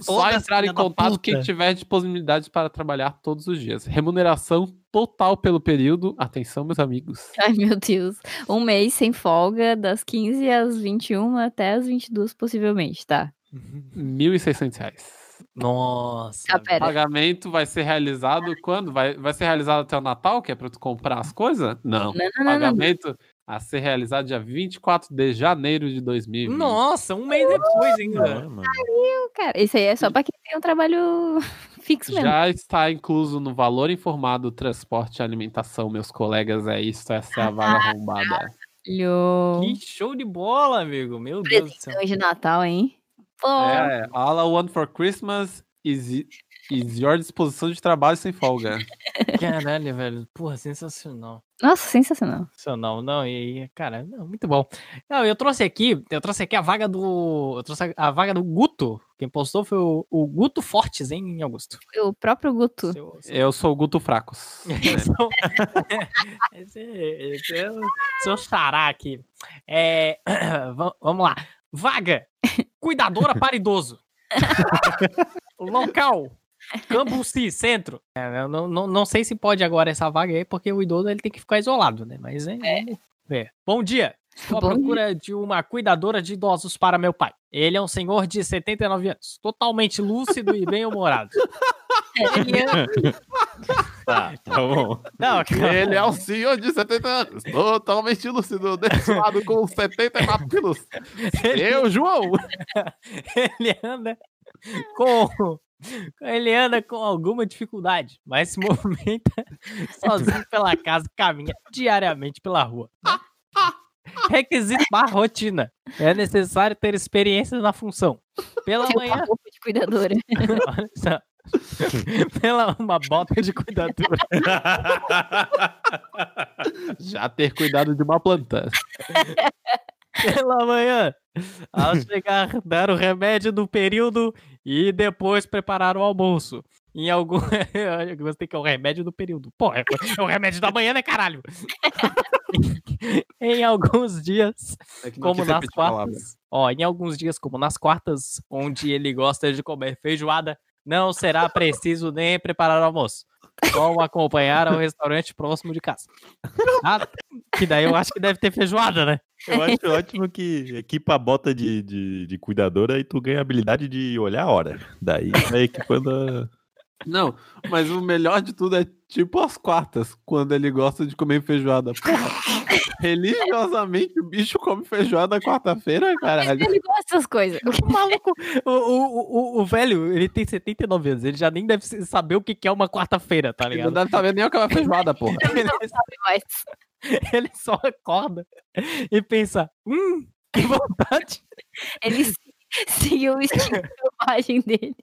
Speaker 5: Só
Speaker 3: Toda
Speaker 5: entrar em
Speaker 3: filha da
Speaker 5: contato
Speaker 3: puta.
Speaker 5: quem tiver disponibilidade para trabalhar todos os dias. Remuneração total pelo período. Atenção, meus amigos.
Speaker 1: Ai, meu Deus. Um mês sem folga, das 15 às 21 até às 22, possivelmente, tá?
Speaker 5: R$ 1.600 reais.
Speaker 3: Nossa.
Speaker 1: Ah, pera.
Speaker 5: Pagamento vai ser realizado quando? Vai, vai ser realizado até o Natal, que é para tu comprar as coisas?
Speaker 1: Não,
Speaker 5: Não.
Speaker 1: não, não, não.
Speaker 5: Pagamento a ser realizado dia 24 de janeiro de 2020.
Speaker 3: Nossa, um mês depois ainda.
Speaker 2: Ah, mano.
Speaker 1: Cara, isso aí é só pra quem tem um trabalho fixo mesmo.
Speaker 5: Já está incluso no valor informado transporte e alimentação, meus colegas. É isso, essa é a vaga arrombada.
Speaker 1: Olha.
Speaker 3: Que show de bola, amigo. Meu Deus do céu.
Speaker 1: Presentão de é Natal, hein? Pô,
Speaker 5: É, all I want for Christmas is, is your disposição de trabalho sem folga.
Speaker 3: Caralho, velho. Porra, sensacional.
Speaker 1: nossa, sensacional.
Speaker 3: Sensacional. Não, e e, cara, não, muito bom. Não, eu trouxe aqui, eu trouxe aqui a vaga do. Eu trouxe a- a vaga do Guto. Quem postou foi o, o Guto Fortes, hein, em Augusto.
Speaker 1: Foi O próprio Guto.
Speaker 3: Seu- seu-
Speaker 5: Eu sou o Guto Fracos.
Speaker 3: Então, esse, esse é o seu xará aqui. É, va- vamos lá. Vaga. Cuidadora para idoso. Local. Cambuci, centro. É, eu não, não, não sei se pode agora essa vaga aí, porque o idoso ele tem que ficar isolado, né? Mas é. vamos ver. Bom dia. Estou à
Speaker 1: Bom dia.
Speaker 3: procura de uma cuidadora de idosos para meu pai. Ele é um senhor de 79 anos, totalmente lúcido e bem-humorado. Ele é-
Speaker 2: Tá, tá bom.
Speaker 3: Não, cara.
Speaker 5: Ele é um senhor de 70 anos, totalmente lúcido, deitado com 74 quilos. Eu, João.
Speaker 3: ele anda com ele anda com alguma dificuldade, mas se movimenta sozinho pela casa, caminha diariamente pela rua. né? Requisito barra rotina. É necessário ter experiência na função. Pela
Speaker 1: Tem uma
Speaker 3: manhã,
Speaker 1: roupa de cuidadora.
Speaker 3: olha só. pela uma bota de cuidador.
Speaker 5: Já ter cuidado de uma planta.
Speaker 3: pela manhã. Ao chegar, dar o remédio do período e depois preparar o almoço. Em algum. Eu gostei que é o remédio do período. Porra, é o remédio da manhã, né, caralho? em alguns dias, como nas quartas. Ó, em alguns dias, como nas quartas, onde ele gosta de comer feijoada, não será preciso nem preparar o almoço. Só o acompanhar ao restaurante próximo de casa. Ah, que daí eu acho que deve ter feijoada, né?
Speaker 2: Eu acho ótimo que equipa a bota de, de, de cuidadora e tu ganha a habilidade de olhar a hora. Daí vai equipando a...
Speaker 5: Não, mas o melhor de tudo é tipo as quartas, quando ele gosta de comer feijoada. Porra, religiosamente o bicho come feijoada quarta-feira,
Speaker 1: Mas
Speaker 5: caralho.
Speaker 1: ele gosta dessas coisas.
Speaker 3: O maluco, o, o, o, o velho, ele tem 79 anos, ele já nem deve se- saber o que que é uma quarta-feira, tá
Speaker 5: Ele não
Speaker 3: ligado?
Speaker 5: deve saber nem o que é uma feijoada, porra.
Speaker 1: Ele não sabe mais.
Speaker 3: Ele só acorda e pensa, hum, que vontade.
Speaker 1: Ele se- seguiu o instinto de selvagem dele.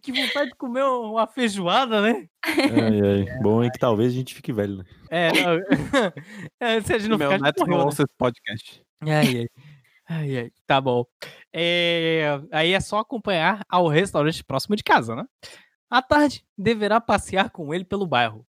Speaker 3: Que vontade de comer uma feijoada, né?
Speaker 2: Ai, ai. Bom é que talvez a gente fique velho, né?
Speaker 3: É, não. é, se a gente não
Speaker 5: Meu
Speaker 3: ficar de
Speaker 5: neto não
Speaker 3: porra, né?
Speaker 5: ouça esse podcast.
Speaker 3: Ai, ai. Ai, ai. Tá bom. É, aí é só acompanhar ao restaurante próximo de casa, né? À tarde, deverá passear com ele pelo bairro.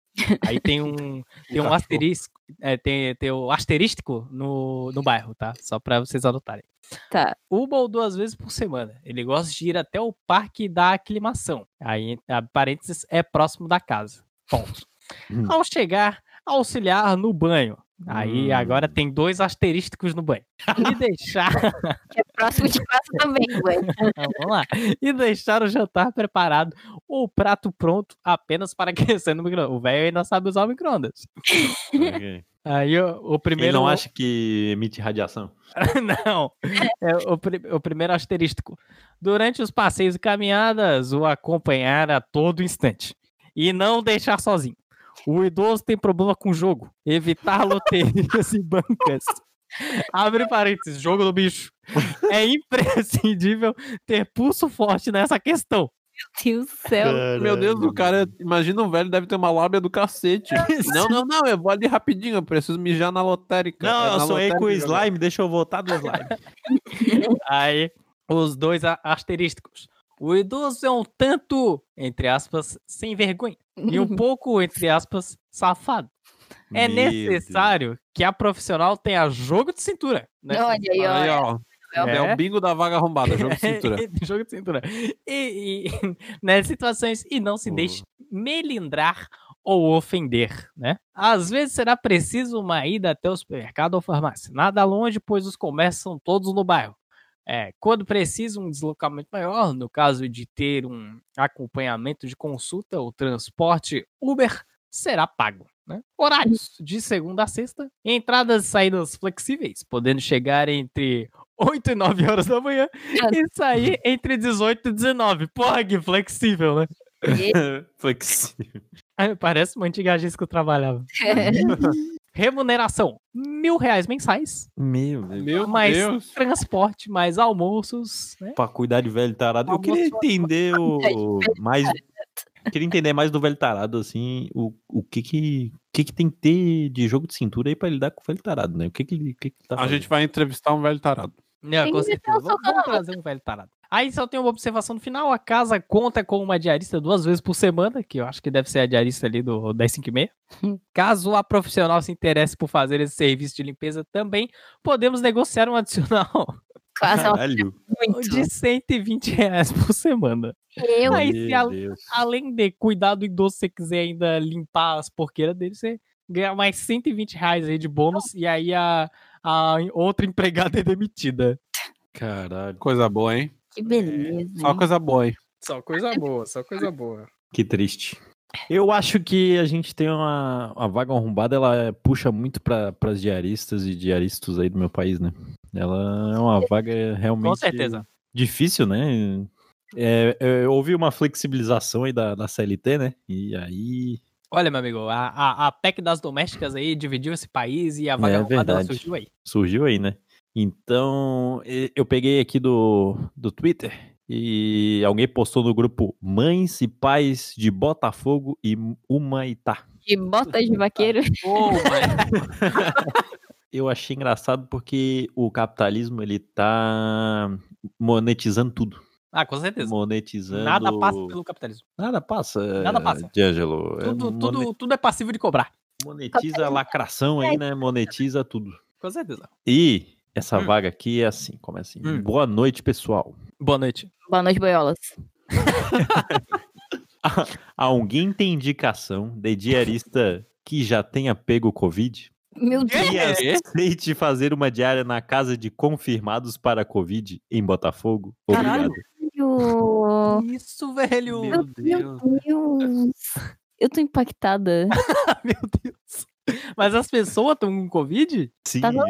Speaker 3: Aí tem um, tem um
Speaker 5: cachorro.
Speaker 3: asterisco. é, tem, tem o asterístico no, no bairro, tá? Só pra vocês anotarem.
Speaker 1: Tá.
Speaker 3: Uma ou duas vezes por semana. Ele gosta de ir até o parque da aclimação. Aí, a parênteses, é próximo da casa. Ponto.
Speaker 2: Hum.
Speaker 3: Ao chegar, auxiliar no banho. Aí
Speaker 2: Hum.
Speaker 3: agora tem dois asterísticos no banho. E deixar.
Speaker 1: Que é próximo de casa também, ué.
Speaker 3: Então, vamos lá. E deixar o jantar preparado ou o prato pronto apenas para aquecer no micro-ondas. O velho ainda sabe usar o micro-ondas. Aí o, o
Speaker 2: Ele
Speaker 3: primeiro.
Speaker 2: não acha que emite radiação.
Speaker 3: Não. É o, pri- o primeiro asterístico. Durante os passeios e caminhadas, o acompanhar a todo instante. E não deixar sozinho. O idoso tem problema com o jogo. Evitar loterias e bancas. Abre parênteses, jogo do bicho. É imprescindível ter pulso forte nessa questão.
Speaker 1: Meu Deus
Speaker 2: É
Speaker 1: do céu.
Speaker 5: Meu Deus, o cara, imagina um velho, deve ter uma lábia do cacete. Não, não, não, eu vou ali rapidinho, eu preciso mijar na lotérica. É
Speaker 2: Não, eu
Speaker 5: na
Speaker 2: sonhei com o
Speaker 5: lotérica.
Speaker 2: slime, deixa eu voltar do slime.
Speaker 3: Aí, os dois a- asterísticos. O idoso é um tanto, entre aspas, sem vergonha. E um pouco, entre aspas, safado. É
Speaker 2: Meu
Speaker 3: necessário que a profissional tenha jogo de cintura. né?
Speaker 1: Olha aí,
Speaker 5: Aí,
Speaker 1: ó.
Speaker 5: ó, é.
Speaker 3: É.
Speaker 5: o bingo da vaga arrombada, jogo de cintura.
Speaker 3: jogo de cintura. E, e nessas situações, e não se
Speaker 2: Pô.
Speaker 3: deixe melindrar ou ofender, né? Às vezes será preciso uma ida até o supermercado ou farmácia. Nada longe, pois os comércios são todos no bairro. É, quando precisa um deslocamento maior, no caso de ter um acompanhamento de consulta ou transporte Uber, será pago. Né? Horários de segunda a sexta, entradas e saídas flexíveis, podendo chegar entre 8 e 9 horas da manhã e sair entre 18 e 19. Porra, que flexível, né?
Speaker 2: Deus. Flexível.
Speaker 3: Ah, Parece uma antiga agência que eu trabalhava. Remuneração: mil reais mensais,
Speaker 2: Meu Deus.
Speaker 5: Meu
Speaker 3: mais
Speaker 5: Deus.
Speaker 3: transporte, mais almoços, né?
Speaker 2: Pra cuidar de velho tarado. Eu queria entender
Speaker 3: É
Speaker 2: o mais. Queria entender mais do velho tarado, assim, o, o que que, o que que tem que ter de jogo de cintura aí pra lidar com o velho tarado, né? O que que ele, o que que ele tá
Speaker 5: A
Speaker 2: fazendo?
Speaker 5: gente vai entrevistar um velho tarado.
Speaker 3: Não,
Speaker 1: Tem
Speaker 3: com
Speaker 1: que meter
Speaker 3: certeza.
Speaker 1: o
Speaker 3: Vamos, vamos trazer um velho tarado. Aí só tem uma observação no final: a casa conta com uma diarista duas vezes por semana, que eu acho que deve ser a diarista ali do 105 Caso a profissional se interesse por fazer esse serviço de limpeza também, podemos negociar um adicional.
Speaker 1: Quase ela
Speaker 2: Caralho.
Speaker 1: muito.
Speaker 3: De 120 reais por semana.
Speaker 1: Eu
Speaker 3: Aí, se a-
Speaker 2: Meu Deus.
Speaker 3: Além de cuidar do idoso, se você quiser ainda limpar as porqueiras dele, você ganha mais 120 reais aí de bônus. E aí a, a outra empregada é demitida.
Speaker 2: Caralho.
Speaker 5: Coisa boa, hein?
Speaker 1: Que beleza.
Speaker 5: É. Só
Speaker 1: hein?
Speaker 5: coisa boa, hein?
Speaker 3: Só coisa boa, só coisa boa.
Speaker 2: Que triste. Eu acho que a gente tem uma, uma vaga arrombada, ela puxa muito para as diaristas e diaristas aí do meu país, né? Ela é uma vaga realmente
Speaker 3: Com certeza.
Speaker 2: difícil, né? É, é, houve uma flexibilização aí da, da CLT, né? E aí.
Speaker 3: Olha, meu amigo, a, a, a PEC das domésticas aí dividiu esse país e a
Speaker 2: É
Speaker 3: vaga arrombada, ela
Speaker 2: verdade.
Speaker 3: surgiu aí.
Speaker 2: surgiu aí, né? Então, e- eu peguei aqui do, do Twitter e alguém postou no grupo Mães e Pais de Botafogo e Humaitá.
Speaker 1: De botas de vaqueiro.
Speaker 5: Ô, mas
Speaker 2: Eu achei engraçado porque o capitalismo, ele tá monetizando tudo.
Speaker 3: Ah, com certeza.
Speaker 2: Monetizando...
Speaker 3: Nada passa pelo capitalismo.
Speaker 2: Nada passa,
Speaker 3: Nada passa.
Speaker 2: D'Angelo. É,
Speaker 3: Tudo,
Speaker 2: mone-
Speaker 3: tudo, É. tudo é passível de cobrar.
Speaker 2: Monetiza a lacração aí, né? Monetiza tudo.
Speaker 3: Com certeza.
Speaker 2: E essa
Speaker 3: Hum.
Speaker 2: vaga aqui é assim, como é assim?
Speaker 3: Hum.
Speaker 2: Boa noite, pessoal.
Speaker 3: Boa noite.
Speaker 1: Boa noite, boiolas.
Speaker 2: Alguém tem indicação de diarista que já tenha pego o Covid?
Speaker 1: Meu Deus.
Speaker 2: Que aceite fazer uma diária na casa de confirmados para Covid em Botafogo?
Speaker 5: Caralho.
Speaker 1: Meu
Speaker 3: Isso, velho.
Speaker 5: Meu Deus.
Speaker 1: Deus. Eu tô impactada.
Speaker 3: Meu Deus. Mas as pessoas estão com Covid?
Speaker 2: Sim,
Speaker 1: Tá bom,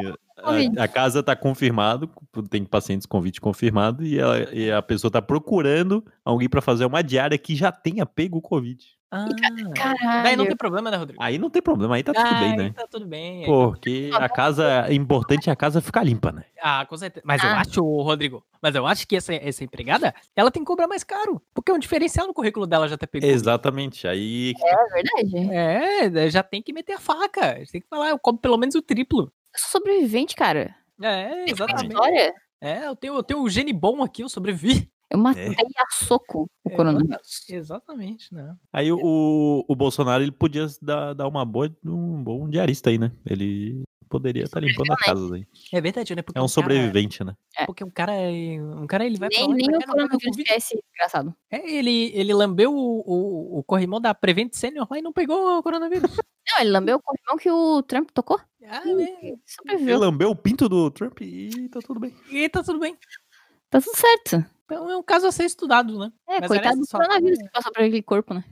Speaker 1: Covid.
Speaker 2: a, a casa está confirmado, tem pacientes com Covid confirmado e, ela- e a pessoa está procurando alguém para fazer uma diária que já tenha pego o Covid.
Speaker 3: Ah. Daí
Speaker 1: Caralho.
Speaker 3: não tem problema, né, Rodrigo?
Speaker 2: Aí não tem problema, aí tá tudo bem,
Speaker 3: Ah,
Speaker 2: né?
Speaker 3: Tá tudo bem.
Speaker 2: Porque a casa, é importante a casa ficar limpa, né?
Speaker 3: Ah, com certeza. Mas eu
Speaker 1: Ah.
Speaker 3: acho, ô, Rodrigo, mas eu acho que essa, essa empregada, ela tem que cobrar mais caro. Porque é um diferencial no currículo dela já ter pego.
Speaker 2: Exatamente, aí
Speaker 1: É verdade.
Speaker 3: É, né, já tem que meter a faca. Tem que falar, eu cobro pelo menos o triplo.
Speaker 1: Eu sou sobrevivente, cara.
Speaker 3: É, exatamente.
Speaker 1: Olha,
Speaker 3: É, eu tenho, eu tenho um gene bom aqui, eu sobrevivi.
Speaker 1: eu matei a soco o
Speaker 3: É,
Speaker 1: coronavírus.
Speaker 3: Exatamente, né?
Speaker 2: Aí o, o Bolsonaro ele podia se dar, dar uma boa, um bom diarista aí, né? Ele poderia estar limpando a casa aí.
Speaker 3: É verdade, né? Porque
Speaker 2: É um
Speaker 3: o cara-
Speaker 2: sobrevivente, né?
Speaker 3: Porque um cara, é- um cara ele vai pra
Speaker 1: Nem,
Speaker 3: lá, e
Speaker 1: nem
Speaker 3: pra
Speaker 1: o
Speaker 3: cá, não vai com
Speaker 1: coronavírus
Speaker 3: Covid.
Speaker 1: é esse desgraçado.
Speaker 3: É, ele, ele lambeu o, o, o corrimão da Prevent Senior lá e não pegou o coronavírus.
Speaker 1: Não, ele lambeu o corrimão que o Trump tocou.
Speaker 3: Ah, né?
Speaker 1: Ele
Speaker 2: Ele
Speaker 1: Sobreviveu.
Speaker 2: lambeu o pinto do Trump e tá tudo bem.
Speaker 3: E tá tudo bem.
Speaker 1: Tá tudo certo.
Speaker 3: Então é um caso a ser estudado, né?
Speaker 1: É,
Speaker 3: Mas
Speaker 1: coitado
Speaker 3: olha
Speaker 1: do
Speaker 3: só,
Speaker 1: coronavírus
Speaker 3: né?
Speaker 1: que passou por aquele corpo, né?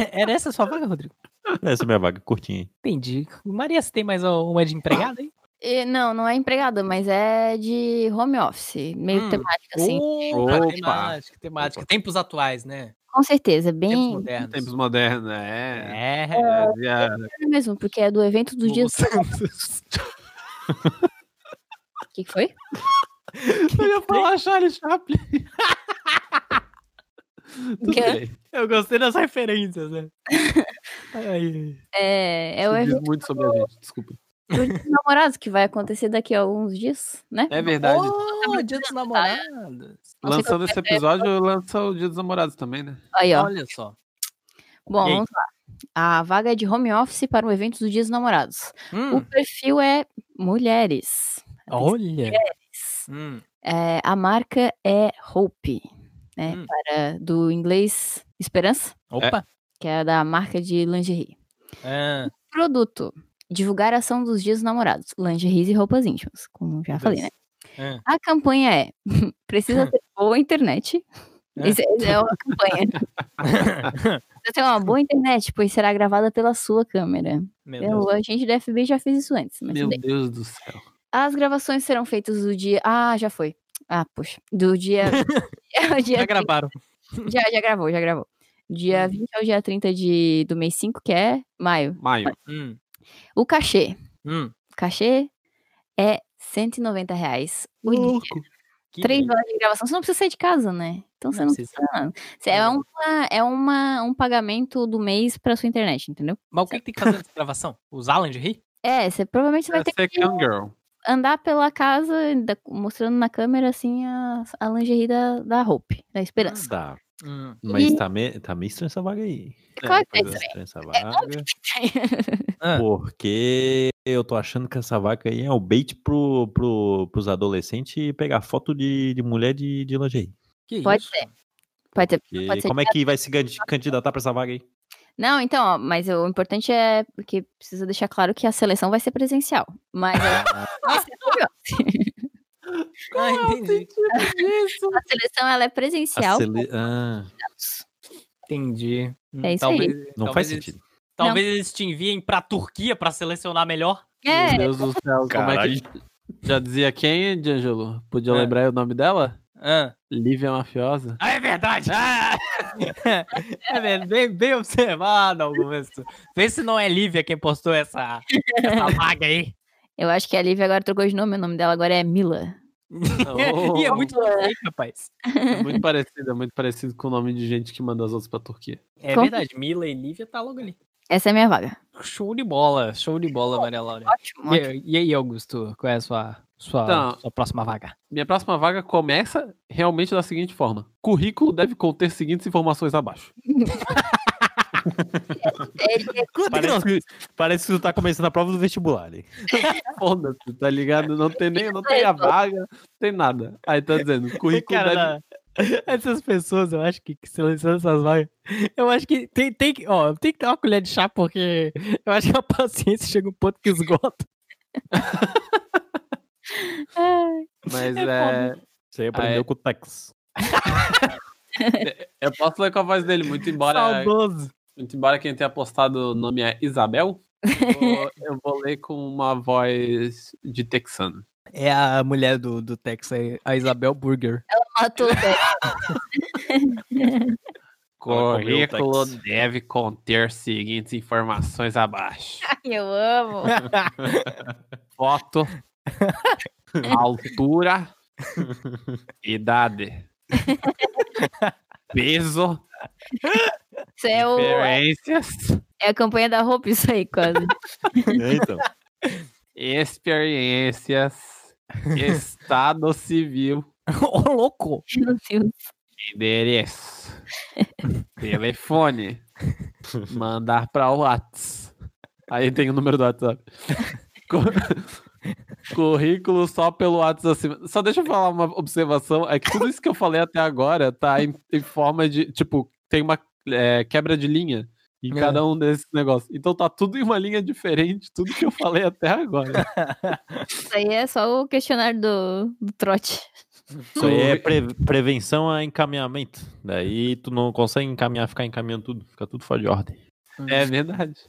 Speaker 3: É- Era essa a sua vaga, Rodrigo?
Speaker 2: Essa é minha vaga curtinha aí.
Speaker 3: Entendi. Maria, você tem mais uma de empregada aí?
Speaker 1: E, não, não é empregada, mas é de home office. Meio
Speaker 3: Hum.
Speaker 1: temática, assim.
Speaker 5: Opa.
Speaker 3: Temática, temática. Tempos atuais, né?
Speaker 1: Com certeza,
Speaker 3: Tempos
Speaker 1: bem
Speaker 3: modernos.
Speaker 5: tempos modernos, né?
Speaker 3: É.
Speaker 5: É, dia-
Speaker 1: é mesmo, porque é do evento do dia.
Speaker 3: Lulu Santos.
Speaker 1: O que que foi?
Speaker 5: Eu ia falar Charles Chaplin. Tudo
Speaker 1: Que- é,
Speaker 5: bem.
Speaker 3: Eu gostei das referências, né? Aí.
Speaker 1: É, é o
Speaker 5: Isso
Speaker 1: evento
Speaker 5: diz muito sobre a gente, desculpa.
Speaker 1: do dia dos namorados que vai acontecer daqui a alguns dias, né?
Speaker 5: É verdade.
Speaker 3: Oh, dia dos namorados.
Speaker 1: Nossa,
Speaker 5: Lançando
Speaker 1: que
Speaker 5: esse
Speaker 1: eu-
Speaker 5: episódio, lança o Dia dos Namorados também, né?
Speaker 1: Aí, ó.
Speaker 3: Olha só.
Speaker 1: Bom,
Speaker 3: E aí?
Speaker 1: vamos lá. A vaga é de home office para o evento do Dia dos Namorados. O
Speaker 3: Hum,
Speaker 1: perfil é mulheres.
Speaker 3: olha. Hum.
Speaker 1: É, a marca é Hope, né?
Speaker 3: Hum.
Speaker 1: Para, do inglês Esperança,
Speaker 3: Opa.
Speaker 1: que é da marca de lingerie.
Speaker 3: Ah,
Speaker 1: Produto. Divulgar a ação dos dias dos namorados, lingeries e roupas íntimas, como já falei, né?
Speaker 3: ah.
Speaker 1: A campanha é: precisa ter boa internet.
Speaker 3: É.
Speaker 1: Isso é, é uma campanha. precisa ter uma boa internet, pois será gravada pela sua câmera.
Speaker 3: Meu Deus.
Speaker 1: É, Eu, a gente da FB já fez isso antes, mas
Speaker 5: Meu
Speaker 1: tudo bem.
Speaker 5: Deus do céu.
Speaker 1: As gravações serão feitas do dia. Ah, já foi. Ah, poxa. Do dia. dia
Speaker 3: Já Hum. gravaram.
Speaker 1: já, já gravou, já gravou. Dia 20 ao dia 30 de, do mês 5, que é maio.
Speaker 5: Maio.
Speaker 3: Hum,
Speaker 1: O cachê.
Speaker 3: hum.
Speaker 1: O cachê é R$ 190 reais. O dia.
Speaker 3: Uh, Que
Speaker 1: Três
Speaker 3: beleza.
Speaker 1: horas de gravação. Você não precisa sair de casa, né? Então você
Speaker 3: Não
Speaker 1: não
Speaker 3: precisa.
Speaker 1: precisa. nada. Você- É, uma, é uma, um pagamento do mês pra sua internet, entendeu?
Speaker 3: Mas o que, que tem que fazer nessa gravação? Os Alan de rir?
Speaker 1: É, você provavelmente vai
Speaker 5: Vai
Speaker 1: ter
Speaker 5: ser
Speaker 1: que
Speaker 5: Girl.
Speaker 1: andar pela casa, da- mostrando na câmera, assim, a, a lingerie da, da Hope, da Esperança.
Speaker 2: Tá.
Speaker 3: Hum.
Speaker 2: Mas tá, me, tá meio estranha essa vaga aí.
Speaker 1: Claro que
Speaker 2: Tá
Speaker 1: é
Speaker 2: meio estranha essa vaga.
Speaker 1: estranho.
Speaker 3: Ah.
Speaker 2: Porque eu tô achando que essa vaca aí é o bait pro, pro, pros adolescentes pegar foto de, de mulher de, de lingerie.
Speaker 3: Que
Speaker 1: Pode
Speaker 3: isso?
Speaker 1: ser. Pode ser.
Speaker 2: E
Speaker 1: Pode ser
Speaker 2: como é que vai se gan- candidatar pra essa vaga aí?
Speaker 1: Não, então, ó, mas o importante é que precisa deixar claro que a seleção vai ser presencial. Mas é vai ser legal.
Speaker 3: Ah, entendi.
Speaker 1: a seleção ela é
Speaker 2: A
Speaker 1: presencial.
Speaker 2: sele- Ah,
Speaker 3: Entendi. Hum,
Speaker 1: É isso aí.
Speaker 3: talvez,
Speaker 2: não
Speaker 3: talvez
Speaker 2: faz
Speaker 3: eles-
Speaker 2: sentido.
Speaker 3: Talvez eles te enviem pra Turquia pra selecionar melhor.
Speaker 1: É,
Speaker 5: Meu Deus do céu, como é que... Já dizia quem, D'Angelo? Podia
Speaker 3: É.
Speaker 5: lembrar o nome dela?
Speaker 3: Ah,
Speaker 5: Lívia Mafiosa.
Speaker 3: é verdade! Ah! é verdade, bem, bem observado, Augusto. Vê se não é Lívia quem postou essa, essa vaga aí.
Speaker 1: eu acho que a Lívia agora trocou de nome, o nome dela agora é Mila.
Speaker 3: e é muito bem, rapaz.
Speaker 5: muito parecido, é muito parecido com o nome de gente que manda as outras pra Turquia.
Speaker 3: É
Speaker 1: Com-
Speaker 3: verdade, Mila e Lívia tá logo ali.
Speaker 1: Essa é a minha vaga.
Speaker 3: Show de bola, show de bola, Maria Laura.
Speaker 1: Ótimo. ótimo.
Speaker 3: E, e aí, Augusto, qual é a sua, sua,
Speaker 5: Então-
Speaker 3: sua próxima vaga?
Speaker 5: Minha próxima vaga começa realmente da seguinte forma: currículo deve conter as seguintes informações abaixo.
Speaker 1: Ele é
Speaker 2: Parece que, parece que tu tá começando a prova do vestibular ali.
Speaker 5: Foda-se, tá ligado? Não tem nem, não tem a vaga, não tem nada. Aí tá dizendo, currículo
Speaker 3: Cara,
Speaker 5: deve.
Speaker 3: da- Essas pessoas, eu acho que, que selecionam essas vagas. Eu acho que tem, tem que. Ó, tem que dar uma colher de chá, porque eu acho que a paciência chega um ponto que esgota.
Speaker 5: Mas é.
Speaker 2: Você
Speaker 1: Ah,
Speaker 2: aprendeu
Speaker 5: é.
Speaker 2: com o Tex.
Speaker 5: Eu posso ler com a voz dele, muito embora.
Speaker 3: Saudoso.
Speaker 5: Muito embora quem tenha apostado o nome é Isabel. eu vou- Eu vou ler com uma voz de texano.
Speaker 3: É a mulher do, do Texas, é a Isabel Burger.
Speaker 1: matou o Tex.
Speaker 2: Ela comeu o
Speaker 5: Currículo
Speaker 2: Tex.
Speaker 5: deve conter as seguintes informações abaixo:
Speaker 1: Eu amo.
Speaker 5: foto, altura, idade, peso,
Speaker 1: Isso é, o,
Speaker 5: preferências,
Speaker 1: é a campanha da roupa, isso aí, quase.
Speaker 2: É, então.
Speaker 5: experiências, estado civil,
Speaker 3: Ô, louco!
Speaker 1: Meu Deus.
Speaker 5: endereço, telefone, mandar pra WhatsApp. Aí tem o número do WhatsApp. Cu- Currículo só pelo WhatsApp acima. Só deixa eu falar uma observação. É que tudo isso que eu falei até agora tá em, em forma de. Tipo, tem uma é, quebra de linha em
Speaker 3: É.
Speaker 5: cada um desses negócios. Então tá tudo em uma linha diferente, tudo que eu falei até agora.
Speaker 1: Isso aí é só o questionário do, do trote.
Speaker 2: Isso aí é pre- prevenção a encaminhamento. Daí tu não consegue encaminhar, ficar encaminhando tudo. Fica tudo fora de ordem.
Speaker 5: É verdade.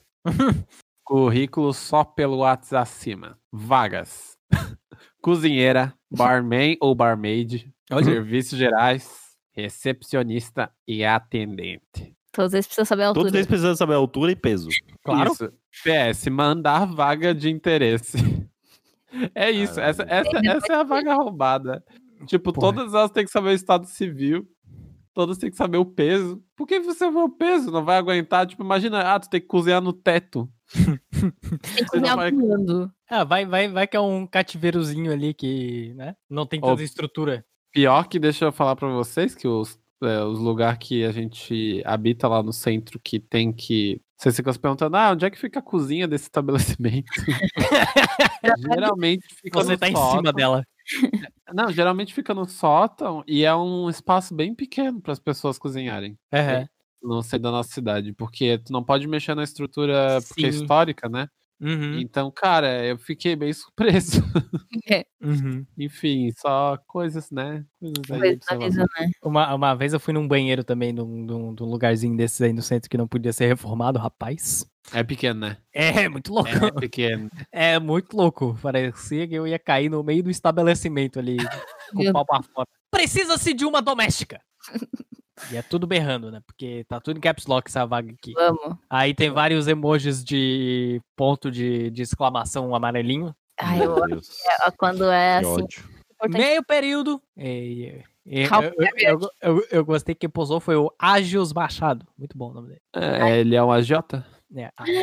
Speaker 5: Currículo só pelo WhatsApp acima. Vagas. Cozinheira, barman ou barmaid, serviços gerais, recepcionista e atendente.
Speaker 1: Todos eles precisam saber a
Speaker 2: Todos
Speaker 1: altura.
Speaker 2: eles precisam saber altura e peso.
Speaker 3: Claro.
Speaker 5: Isso. PS, mandar vaga de interesse. É isso, essa, essa, essa é a vaga roubada. Tipo,
Speaker 3: Porra.
Speaker 5: todas elas têm que saber o estado civil, todas têm que saber o peso. Por que você vê o peso? Não vai aguentar? Tipo, imagina, ah, tu tem que cozinhar no teto.
Speaker 1: Tem que
Speaker 5: Você não
Speaker 1: cozinhar
Speaker 5: vai-
Speaker 1: voando.
Speaker 3: Ah, vai, vai, vai que é um cativeirozinho ali que, né? Não tem tanta
Speaker 5: Ó.
Speaker 3: estrutura.
Speaker 5: Pior que deixa eu falar pra vocês que os, é, os lugares que a gente habita lá no centro que tem que. Vocês ficam se perguntando, ah, onde é que fica a cozinha desse estabelecimento? geralmente fica
Speaker 3: Você
Speaker 5: no
Speaker 3: tá em
Speaker 5: sótão.
Speaker 3: cima dela.
Speaker 5: Não, geralmente fica no sótão e é um espaço bem pequeno para as pessoas cozinharem.
Speaker 3: É.
Speaker 5: Não sei da nossa cidade, porque tu não pode mexer na estrutura porque é
Speaker 3: Sim.
Speaker 5: histórica, né?
Speaker 3: Uhum.
Speaker 5: Então, cara, eu fiquei bem surpreso.
Speaker 1: É,
Speaker 3: Uhum.
Speaker 5: Enfim, só coisas, né? Coisas
Speaker 1: Coisa
Speaker 5: aí.
Speaker 1: da
Speaker 5: observações.
Speaker 1: vida, né?
Speaker 3: Uma, uma vez eu fui num banheiro também, num, num, num lugarzinho desses aí no centro que não podia ser reformado, rapaz.
Speaker 5: É pequeno, né?
Speaker 3: É, muito louco.
Speaker 5: É pequeno.
Speaker 3: É, muito louco. Parecia que eu ia cair no meio do estabelecimento ali, com o
Speaker 1: Meu
Speaker 3: pau pra fora. Precisa-se de uma doméstica. e é tudo berrando, né? Porque tá tudo em caps lock essa vaga aqui.
Speaker 1: Vamos.
Speaker 3: Aí tem vários emojis de ponto de, de exclamação amarelinho.
Speaker 1: Ai,
Speaker 2: Meu
Speaker 1: eu amo.
Speaker 2: Deus,
Speaker 1: É, Quando é
Speaker 2: que
Speaker 1: assim,
Speaker 2: ódio.
Speaker 1: importante.
Speaker 3: Meio período. E- e-
Speaker 1: Calma, é
Speaker 3: eu, eu, eu, eu- eu gostei que posou foi o Ágios Machado. Muito bom o nome dele.
Speaker 5: É, ele é um agiota?
Speaker 3: É, Ágios.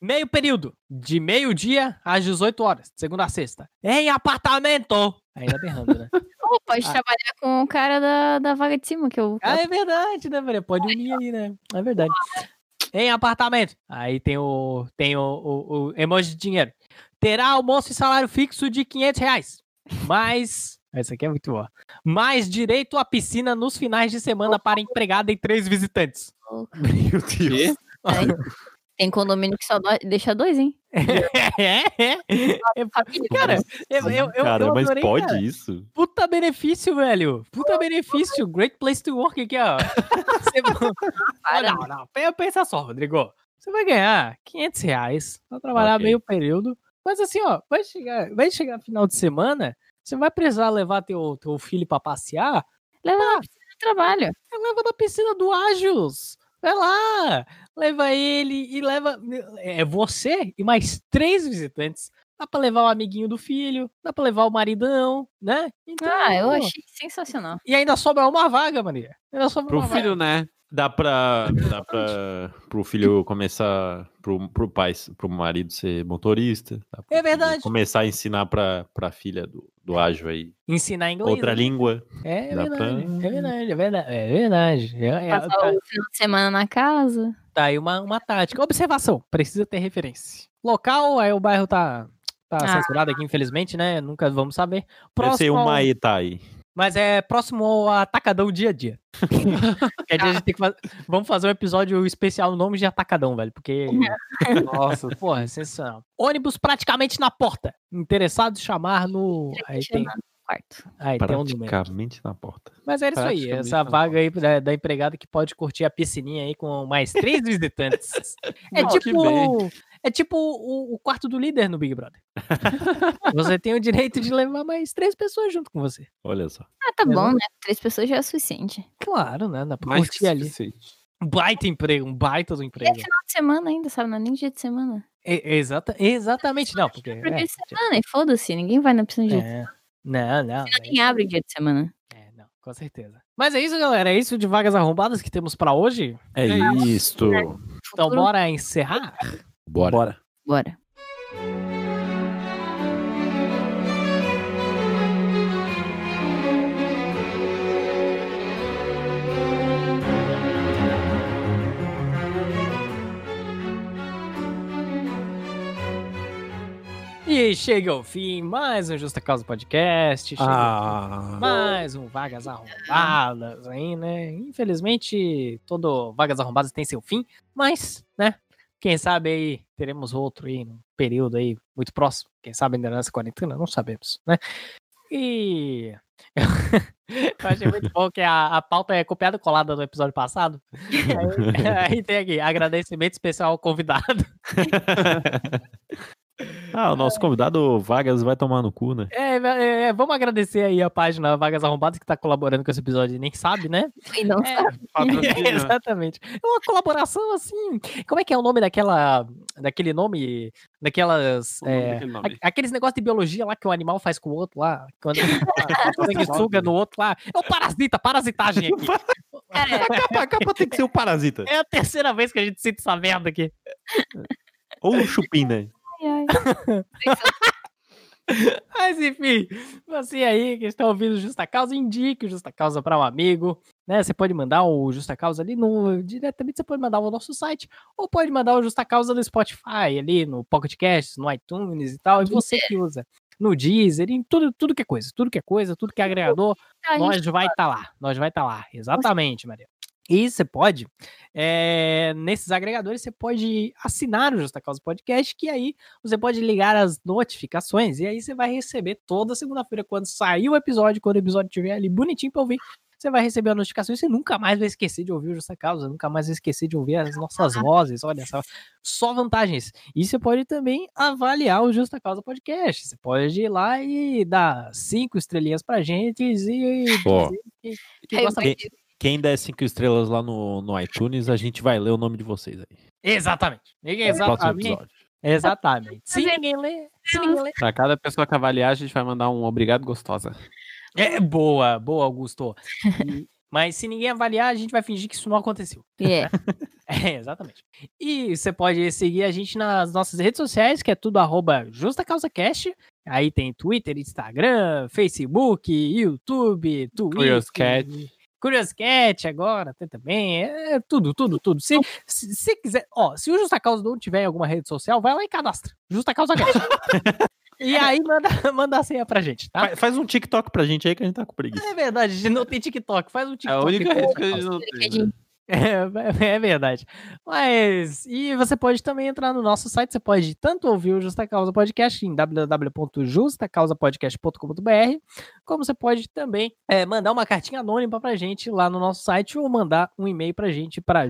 Speaker 3: Meio período, de meio-dia às 18 horas, de segunda a sexta. Em apartamento! Ainda berrando, né?
Speaker 1: Pô, pode trabalhar com o cara da, da vaga de cima, que eu.
Speaker 3: Ah, é verdade, né, velho? Pode unir aí, né? É verdade. Em apartamento. Aí tem o, tem o, o- o emoji de dinheiro. Terá almoço e salário fixo de 500 reais. Mais. Essa aqui é muito boa. Mais direito à piscina nos finais de semana para empregada e três visitantes.
Speaker 2: Meu Deus.
Speaker 5: Quê?
Speaker 1: Tem condomínio que só dó- deixa dois, hein?
Speaker 3: é, é. Eu-
Speaker 1: Família.
Speaker 3: Cara, eu, eu, eu,
Speaker 2: cara,
Speaker 3: eu
Speaker 2: mas
Speaker 3: adorei,
Speaker 2: pode
Speaker 3: cara.
Speaker 2: isso?
Speaker 3: Puta benefício, velho. Puta benefício. Great place to work aqui, ó. Você- Ah,
Speaker 1: Para.
Speaker 3: não, não. Pe- Pensa só, Rodrigo. Você vai ganhar 500 reais pra trabalhar
Speaker 2: Ok.
Speaker 3: meio período. Mas assim, ó, vai chegar, vai chegar final de semana, você vai precisar levar teu, teu filho pra passear.
Speaker 1: Leva
Speaker 3: Ah.
Speaker 1: na piscina de trabalho.
Speaker 3: Leva na piscina do Ágios. Vai lá. Leva ele e leva... É você e mais três visitantes. Dá pra levar o amiguinho do filho, dá pra levar o maridão, né? Então,
Speaker 1: Ah, eu
Speaker 3: pô.
Speaker 1: achei sensacional.
Speaker 3: E ainda sobra uma vaga, Maria. Ainda sobra
Speaker 5: Pro
Speaker 3: uma vaga.
Speaker 5: filho, né?
Speaker 2: Dá pra. Dá pra. Pro filho começar. Pro, pro pai, pro marido ser motorista. Dá pro
Speaker 3: É
Speaker 2: filho
Speaker 3: verdade.
Speaker 2: Começar a ensinar pra, pra filha do, do ágio aí.
Speaker 3: Ensinar inglês.
Speaker 2: Outra
Speaker 3: né?
Speaker 2: língua.
Speaker 3: É, é
Speaker 2: Dá pra-
Speaker 3: verdade, é verdade, é verdade, é verdade. É- é-
Speaker 1: Passar
Speaker 3: tá,
Speaker 1: o final de semana na casa.
Speaker 3: tá aí uma, uma tática. Observação, precisa ter referência. Local, aí o bairro tá, tá
Speaker 1: Ah.
Speaker 3: censurado aqui, infelizmente, né? Nunca vamos saber.
Speaker 2: Deve ser
Speaker 3: Próximo
Speaker 2: uma
Speaker 3: ao-
Speaker 2: Etai.
Speaker 3: Mas é próximo ao atacadão dia a dia. Quer dizer, a gente tem que faz- Vamos fazer um episódio especial nome de atacadão, velho, porque...
Speaker 5: Nossa,
Speaker 3: Porra, é sensacional. Ônibus praticamente na porta. Interessado chamar no... Aí
Speaker 1: é
Speaker 3: tem,
Speaker 1: Quarto.
Speaker 3: aí tem um número.
Speaker 2: Praticamente na porta.
Speaker 3: Mas era isso aí,
Speaker 5: Praticamente
Speaker 3: essa
Speaker 5: não.
Speaker 3: vaga aí da, da empregada que pode curtir a piscininha aí com mais três visitantes. é,
Speaker 5: Não, que
Speaker 3: tipo,
Speaker 5: bem.
Speaker 3: é tipo o, o quarto do líder no Big Brother. você tem o direito de levar mais três pessoas junto com você.
Speaker 2: Olha só.
Speaker 1: Ah, tá
Speaker 3: Leva-
Speaker 1: bom, né? Três pessoas já é o suficiente.
Speaker 3: Claro, né? Dá pra
Speaker 5: mais que
Speaker 3: curtir ali.
Speaker 5: suficiente.
Speaker 3: Um baita emprego, um baita do
Speaker 1: E é
Speaker 3: emprego.
Speaker 1: final de semana ainda, sabe? Não é nem dia de semana.
Speaker 3: É- exata, exatamente, não, porque.
Speaker 1: Pra dia de
Speaker 3: É,
Speaker 1: semana, e foda-se, ninguém vai na piscina de dia.
Speaker 3: é, não, não. né?
Speaker 1: de- Nem abre dia de semana.
Speaker 3: É, não, com certeza. Mas é isso, galera. É isso de vagas arrombadas que temos pra hoje.
Speaker 2: É, isto.
Speaker 3: Então,
Speaker 1: Futuro-
Speaker 3: bora encerrar?
Speaker 2: Bora.
Speaker 1: Bora.
Speaker 3: E chega ao fim mais um Justa Causa Podcast. chega
Speaker 5: Ah,
Speaker 3: Mais um Vagas Arrombadas aí, né? Infelizmente, todo Vagas Arrombadas tem seu fim, mas, né? Quem sabe aí teremos outro aí num período aí muito próximo. Quem sabe ainda nessa quarentena, não sabemos, né? E. Eu achei muito bom que a, a pauta é copiada e colada do episódio passado. Aí, aí tem aqui, agradecimento especial ao convidado.
Speaker 2: Ah, o nosso convidado Vargas vai tomar no cu, né?
Speaker 3: É, é, é, vamos agradecer aí a página Vagas Arrombadas que tá colaborando com esse episódio e nem sabe, né?
Speaker 1: E não
Speaker 3: É, É,
Speaker 5: patrocínio.
Speaker 3: Exatamente. É uma colaboração assim. Como é que é o nome daquela. Daquele nome. Daquelas.
Speaker 5: O nome
Speaker 3: é,
Speaker 5: daquele nome.
Speaker 3: a- aqueles negócios de biologia lá que o animal faz com o outro lá. um Quando ele suga no outro lá. É o parasita, parasitagem aqui.
Speaker 1: Cara,
Speaker 2: A capa, a capa tem que ser o parasita.
Speaker 3: É a terceira vez que a gente cita essa merda aqui.
Speaker 2: Ou o chupim, né?
Speaker 1: ai, ai.
Speaker 3: Mas enfim, você aí que está ouvindo o Justa Causa, indique o Justa Causa para um amigo. Né? Você pode mandar o Justa Causa ali no. Diretamente você pode mandar o nosso site, ou pode mandar o Justa Causa no Spotify, ali no Pocket Cast, no iTunes e tal. E você que é. usa no Deezer, em tudo, tudo que é coisa, tudo que é coisa, tudo que é agregador,
Speaker 1: Tá, gente,
Speaker 3: nós vai estar lá. Nós vai estar lá. Exatamente, Maria. E você pode, é, nesses agregadores, você pode assinar o Justa Causa Podcast, que aí você pode ligar as notificações e aí você vai receber toda segunda-feira, quando sair o episódio, quando o episódio estiver ali bonitinho pra ouvir, você vai receber a notificação e você nunca mais vai esquecer de ouvir o Justa Causa, nunca mais vai esquecer de ouvir as nossas vozes, olha só. Só vantagens. E você pode também avaliar o Justa Causa Podcast. Você pode ir lá e dar cinco estrelinhas pra gente e
Speaker 2: Ó,
Speaker 3: que
Speaker 1: eu
Speaker 3: gosta-
Speaker 1: vou-
Speaker 2: quem der cinco estrelas lá no, no iTunes, a gente vai ler o nome de vocês aí.
Speaker 3: Exatamente. Ninguém-
Speaker 2: No próximo
Speaker 3: Exatamente.
Speaker 2: episódio.
Speaker 3: Exatamente. Se ninguém lê, se ninguém lê.
Speaker 5: Pra cada pessoa que avaliar, a gente vai mandar um obrigado gostosa.
Speaker 3: É boa, boa, Augusto. E- Mas se ninguém avaliar, a gente vai fingir que isso não aconteceu.
Speaker 1: Yeah.
Speaker 3: É, exatamente. E você pode seguir a gente nas nossas redes sociais, que é tudo arroba JustaCausaCast. Aí tem Twitter, Instagram, Facebook, YouTube, Twitter.
Speaker 5: Curioscat.
Speaker 3: Curioscat agora tem também. É tudo, tudo, tudo. Se,
Speaker 5: Então
Speaker 3: se, se quiser, ó, se o Justa Causa não tiver em alguma rede social, vai lá e cadastra. Justa Causa Cast. e aí manda, manda a senha pra gente, tá?
Speaker 2: Fa- Faz um TikTok pra gente aí que a gente tá com preguiça.
Speaker 3: É verdade, a gente não tem TikTok. Faz um
Speaker 5: É
Speaker 3: TikTok.
Speaker 5: a única
Speaker 3: com o
Speaker 5: rede
Speaker 3: Justa
Speaker 5: que a gente
Speaker 3: Causa.
Speaker 5: não tem. né?
Speaker 3: É, é verdade. Mas, e você pode também entrar no nosso site, você pode tanto ouvir o Justa Causa Podcast em www.justacausapodcast.com.br, como você pode também é, mandar uma cartinha anônima pra gente lá no nosso site ou mandar um e-mail pra gente para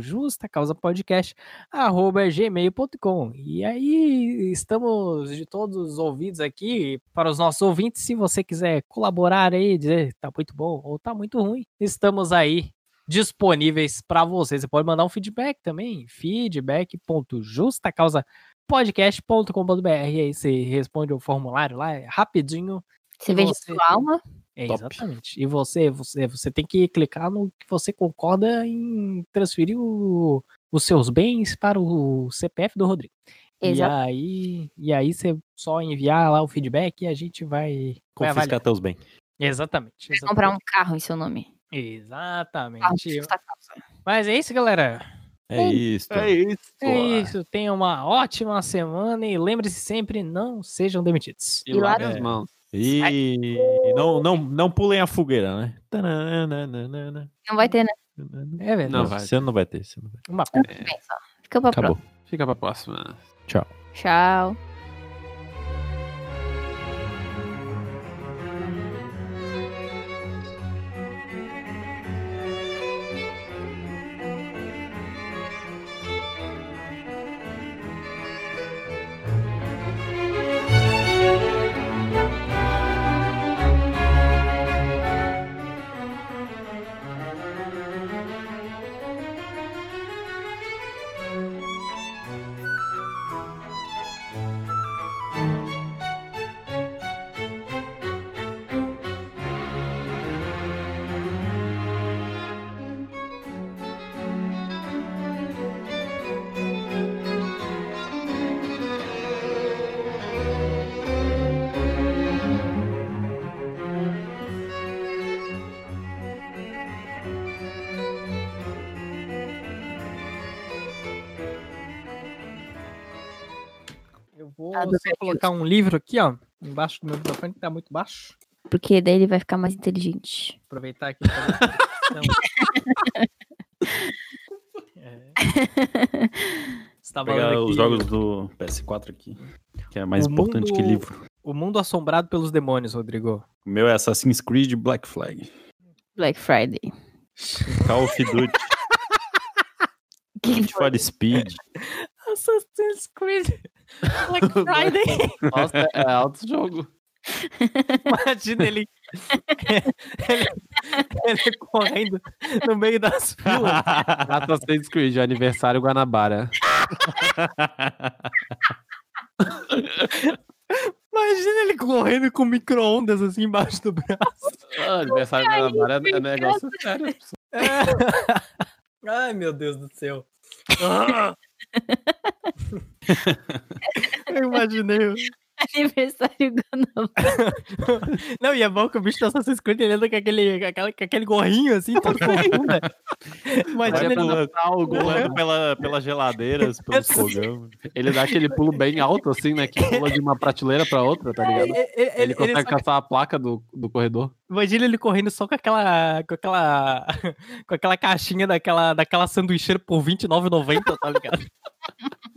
Speaker 3: justacausapodcast.gmail.com. E aí, estamos de todos ouvidos aqui para os nossos ouvintes, se você quiser colaborar aí, dizer tá muito bom ou tá muito ruim, estamos aí disponíveis para você. Você pode mandar um feedback também, feedback.justacausapodcast.com.br. Aí você responde o formulário lá, é rapidinho.
Speaker 1: Você vende
Speaker 3: Você-
Speaker 1: sua alma?
Speaker 3: É,
Speaker 2: Top.
Speaker 3: exatamente. E você, você, você tem que clicar no que você concorda em transferir o- os seus bens para o CPF do Rodrigo.
Speaker 1: Exato.
Speaker 3: E aí, e aí você só enviar lá o feedback e a gente vai, vai avaliar.
Speaker 2: Confiscar teus bens.
Speaker 3: Exatamente.
Speaker 1: Comprar um carro em seu nome. Carro de
Speaker 3: Exatamente.
Speaker 1: justa causa.
Speaker 3: Mas é isso, galera.
Speaker 2: É isso.
Speaker 5: É isso.
Speaker 3: É isso, tenha uma ótima semana e lembre-se sempre, não sejam demitidos.
Speaker 5: E
Speaker 1: E lá-
Speaker 5: lave as mãos.
Speaker 2: E não, não, não pulem a fogueira, né? Tananana.
Speaker 1: Não vai ter, né?
Speaker 3: Hum, É verdade.
Speaker 5: Não vai.
Speaker 2: Você não vai ter. Você não vai ter.
Speaker 3: Uma
Speaker 1: Tudo bem, só. Fica pra
Speaker 2: Acabou.
Speaker 1: próxima.
Speaker 5: Fica pra próxima.
Speaker 1: Tchau.
Speaker 3: Eu vou
Speaker 1: Ah, do
Speaker 3: só colocar um livro aqui, ó, embaixo do meu microfone, que tá muito baixo.
Speaker 1: Porque daí ele vai ficar mais inteligente.
Speaker 3: Aproveitar aqui. pra fazer uma descrição. é. Você tava
Speaker 2: Pegar os
Speaker 3: lendo aqui,
Speaker 2: jogos do PS4 aqui, que é mais
Speaker 3: O
Speaker 2: importante que
Speaker 3: mundo-
Speaker 2: livro.
Speaker 3: O mundo assombrado pelos demônios, Rodrigo.
Speaker 2: O meu é Assassin's Creed Black Flag.
Speaker 1: Black Friday.
Speaker 2: Call of Duty,
Speaker 1: Que
Speaker 2: Need for Speed.
Speaker 3: Assassin's Creed Black Friday.
Speaker 5: Nossa, é alto jogo.
Speaker 3: Imagina ele, ele, ele correndo no meio das filas.
Speaker 5: Assassin's Creed, aniversário Guanabara.
Speaker 3: Imagina ele correndo com micro-ondas assim embaixo do braço.
Speaker 5: Ah, aniversário Guanabara é- é negócio sério.
Speaker 3: É. Ai, meu Deus do céu. Ah! Eu imaginei.
Speaker 1: Aniversário Guanabara.
Speaker 3: Não, e é bom que o bicho do Assassin's Creed ele anda com aquele, com aquela- com aquele gorrinho assim, todo corcunda. Imagina
Speaker 5: Olha
Speaker 3: ele tá
Speaker 5: pra Natal, o gol é-
Speaker 2: Pulando pela, pelas geladeiras, pelos fogão.
Speaker 5: Ele dá aquele pulo bem alto, assim, né? Que pula de uma prateleira pra outra, tá ligado?
Speaker 3: Ele, ele-
Speaker 5: Ele,
Speaker 3: ele
Speaker 5: consegue
Speaker 3: só-
Speaker 5: caçar a placa do, do corredor.
Speaker 3: imagina ele correndo só com aquela. com aquela. com aquela caixinha daquela, daquela sanduicheira por R$29,90, tá ligado?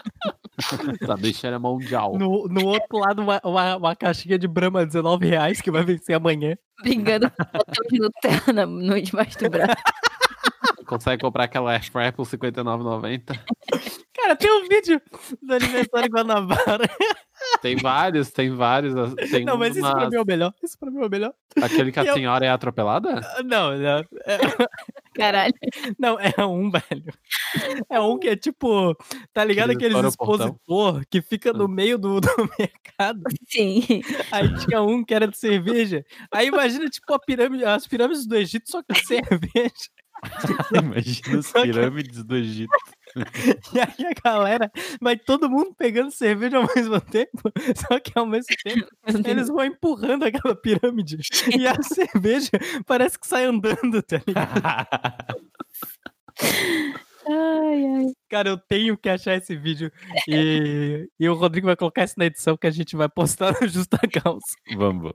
Speaker 5: Tá deixando é mundial.
Speaker 3: No, no outro lado, uma, uma, uma caixinha de Brahma, 19 reais, que vai vencer amanhã.
Speaker 1: Brigando com o botão de Nutella no- no debaixo do braço.
Speaker 5: Consegue comprar aquela air fryer por 59,90.
Speaker 3: Cara, tem um vídeo do aniversário Guanabara.
Speaker 5: Tem vários, tem vários. as- Tem
Speaker 3: Não, mas isso
Speaker 5: uma-
Speaker 3: pra mim é o melhor. Isso pra mim é o melhor.
Speaker 5: Aquele que
Speaker 3: eu-
Speaker 5: a senhora é atropelada?
Speaker 3: Ah, Não, não. É,
Speaker 1: Caralho.
Speaker 3: Não, é um, velho. É um que é tipo, tá ligado?
Speaker 5: Aquele
Speaker 3: Aqueles
Speaker 5: fora o
Speaker 3: expositor que fica no
Speaker 5: Ah.
Speaker 3: meio do, do mercado.
Speaker 1: Sim.
Speaker 3: Aí tinha um que era de cerveja. Aí imagina, tipo, a pirâmide, as pirâmides do Egito, só que de cerveja.
Speaker 2: Imagina as pirâmides do Egito.
Speaker 3: E aí a galera vai todo mundo pegando cerveja ao mesmo tempo, só que ao mesmo tempo eles vão empurrando aquela pirâmide e a cerveja parece que sai andando, tá ligado?
Speaker 1: Ai, ai.
Speaker 3: Cara, eu tenho que achar esse vídeo e, e o Rodrigo vai colocar isso na edição que a gente vai postar no Justa Causa.
Speaker 2: Vamos.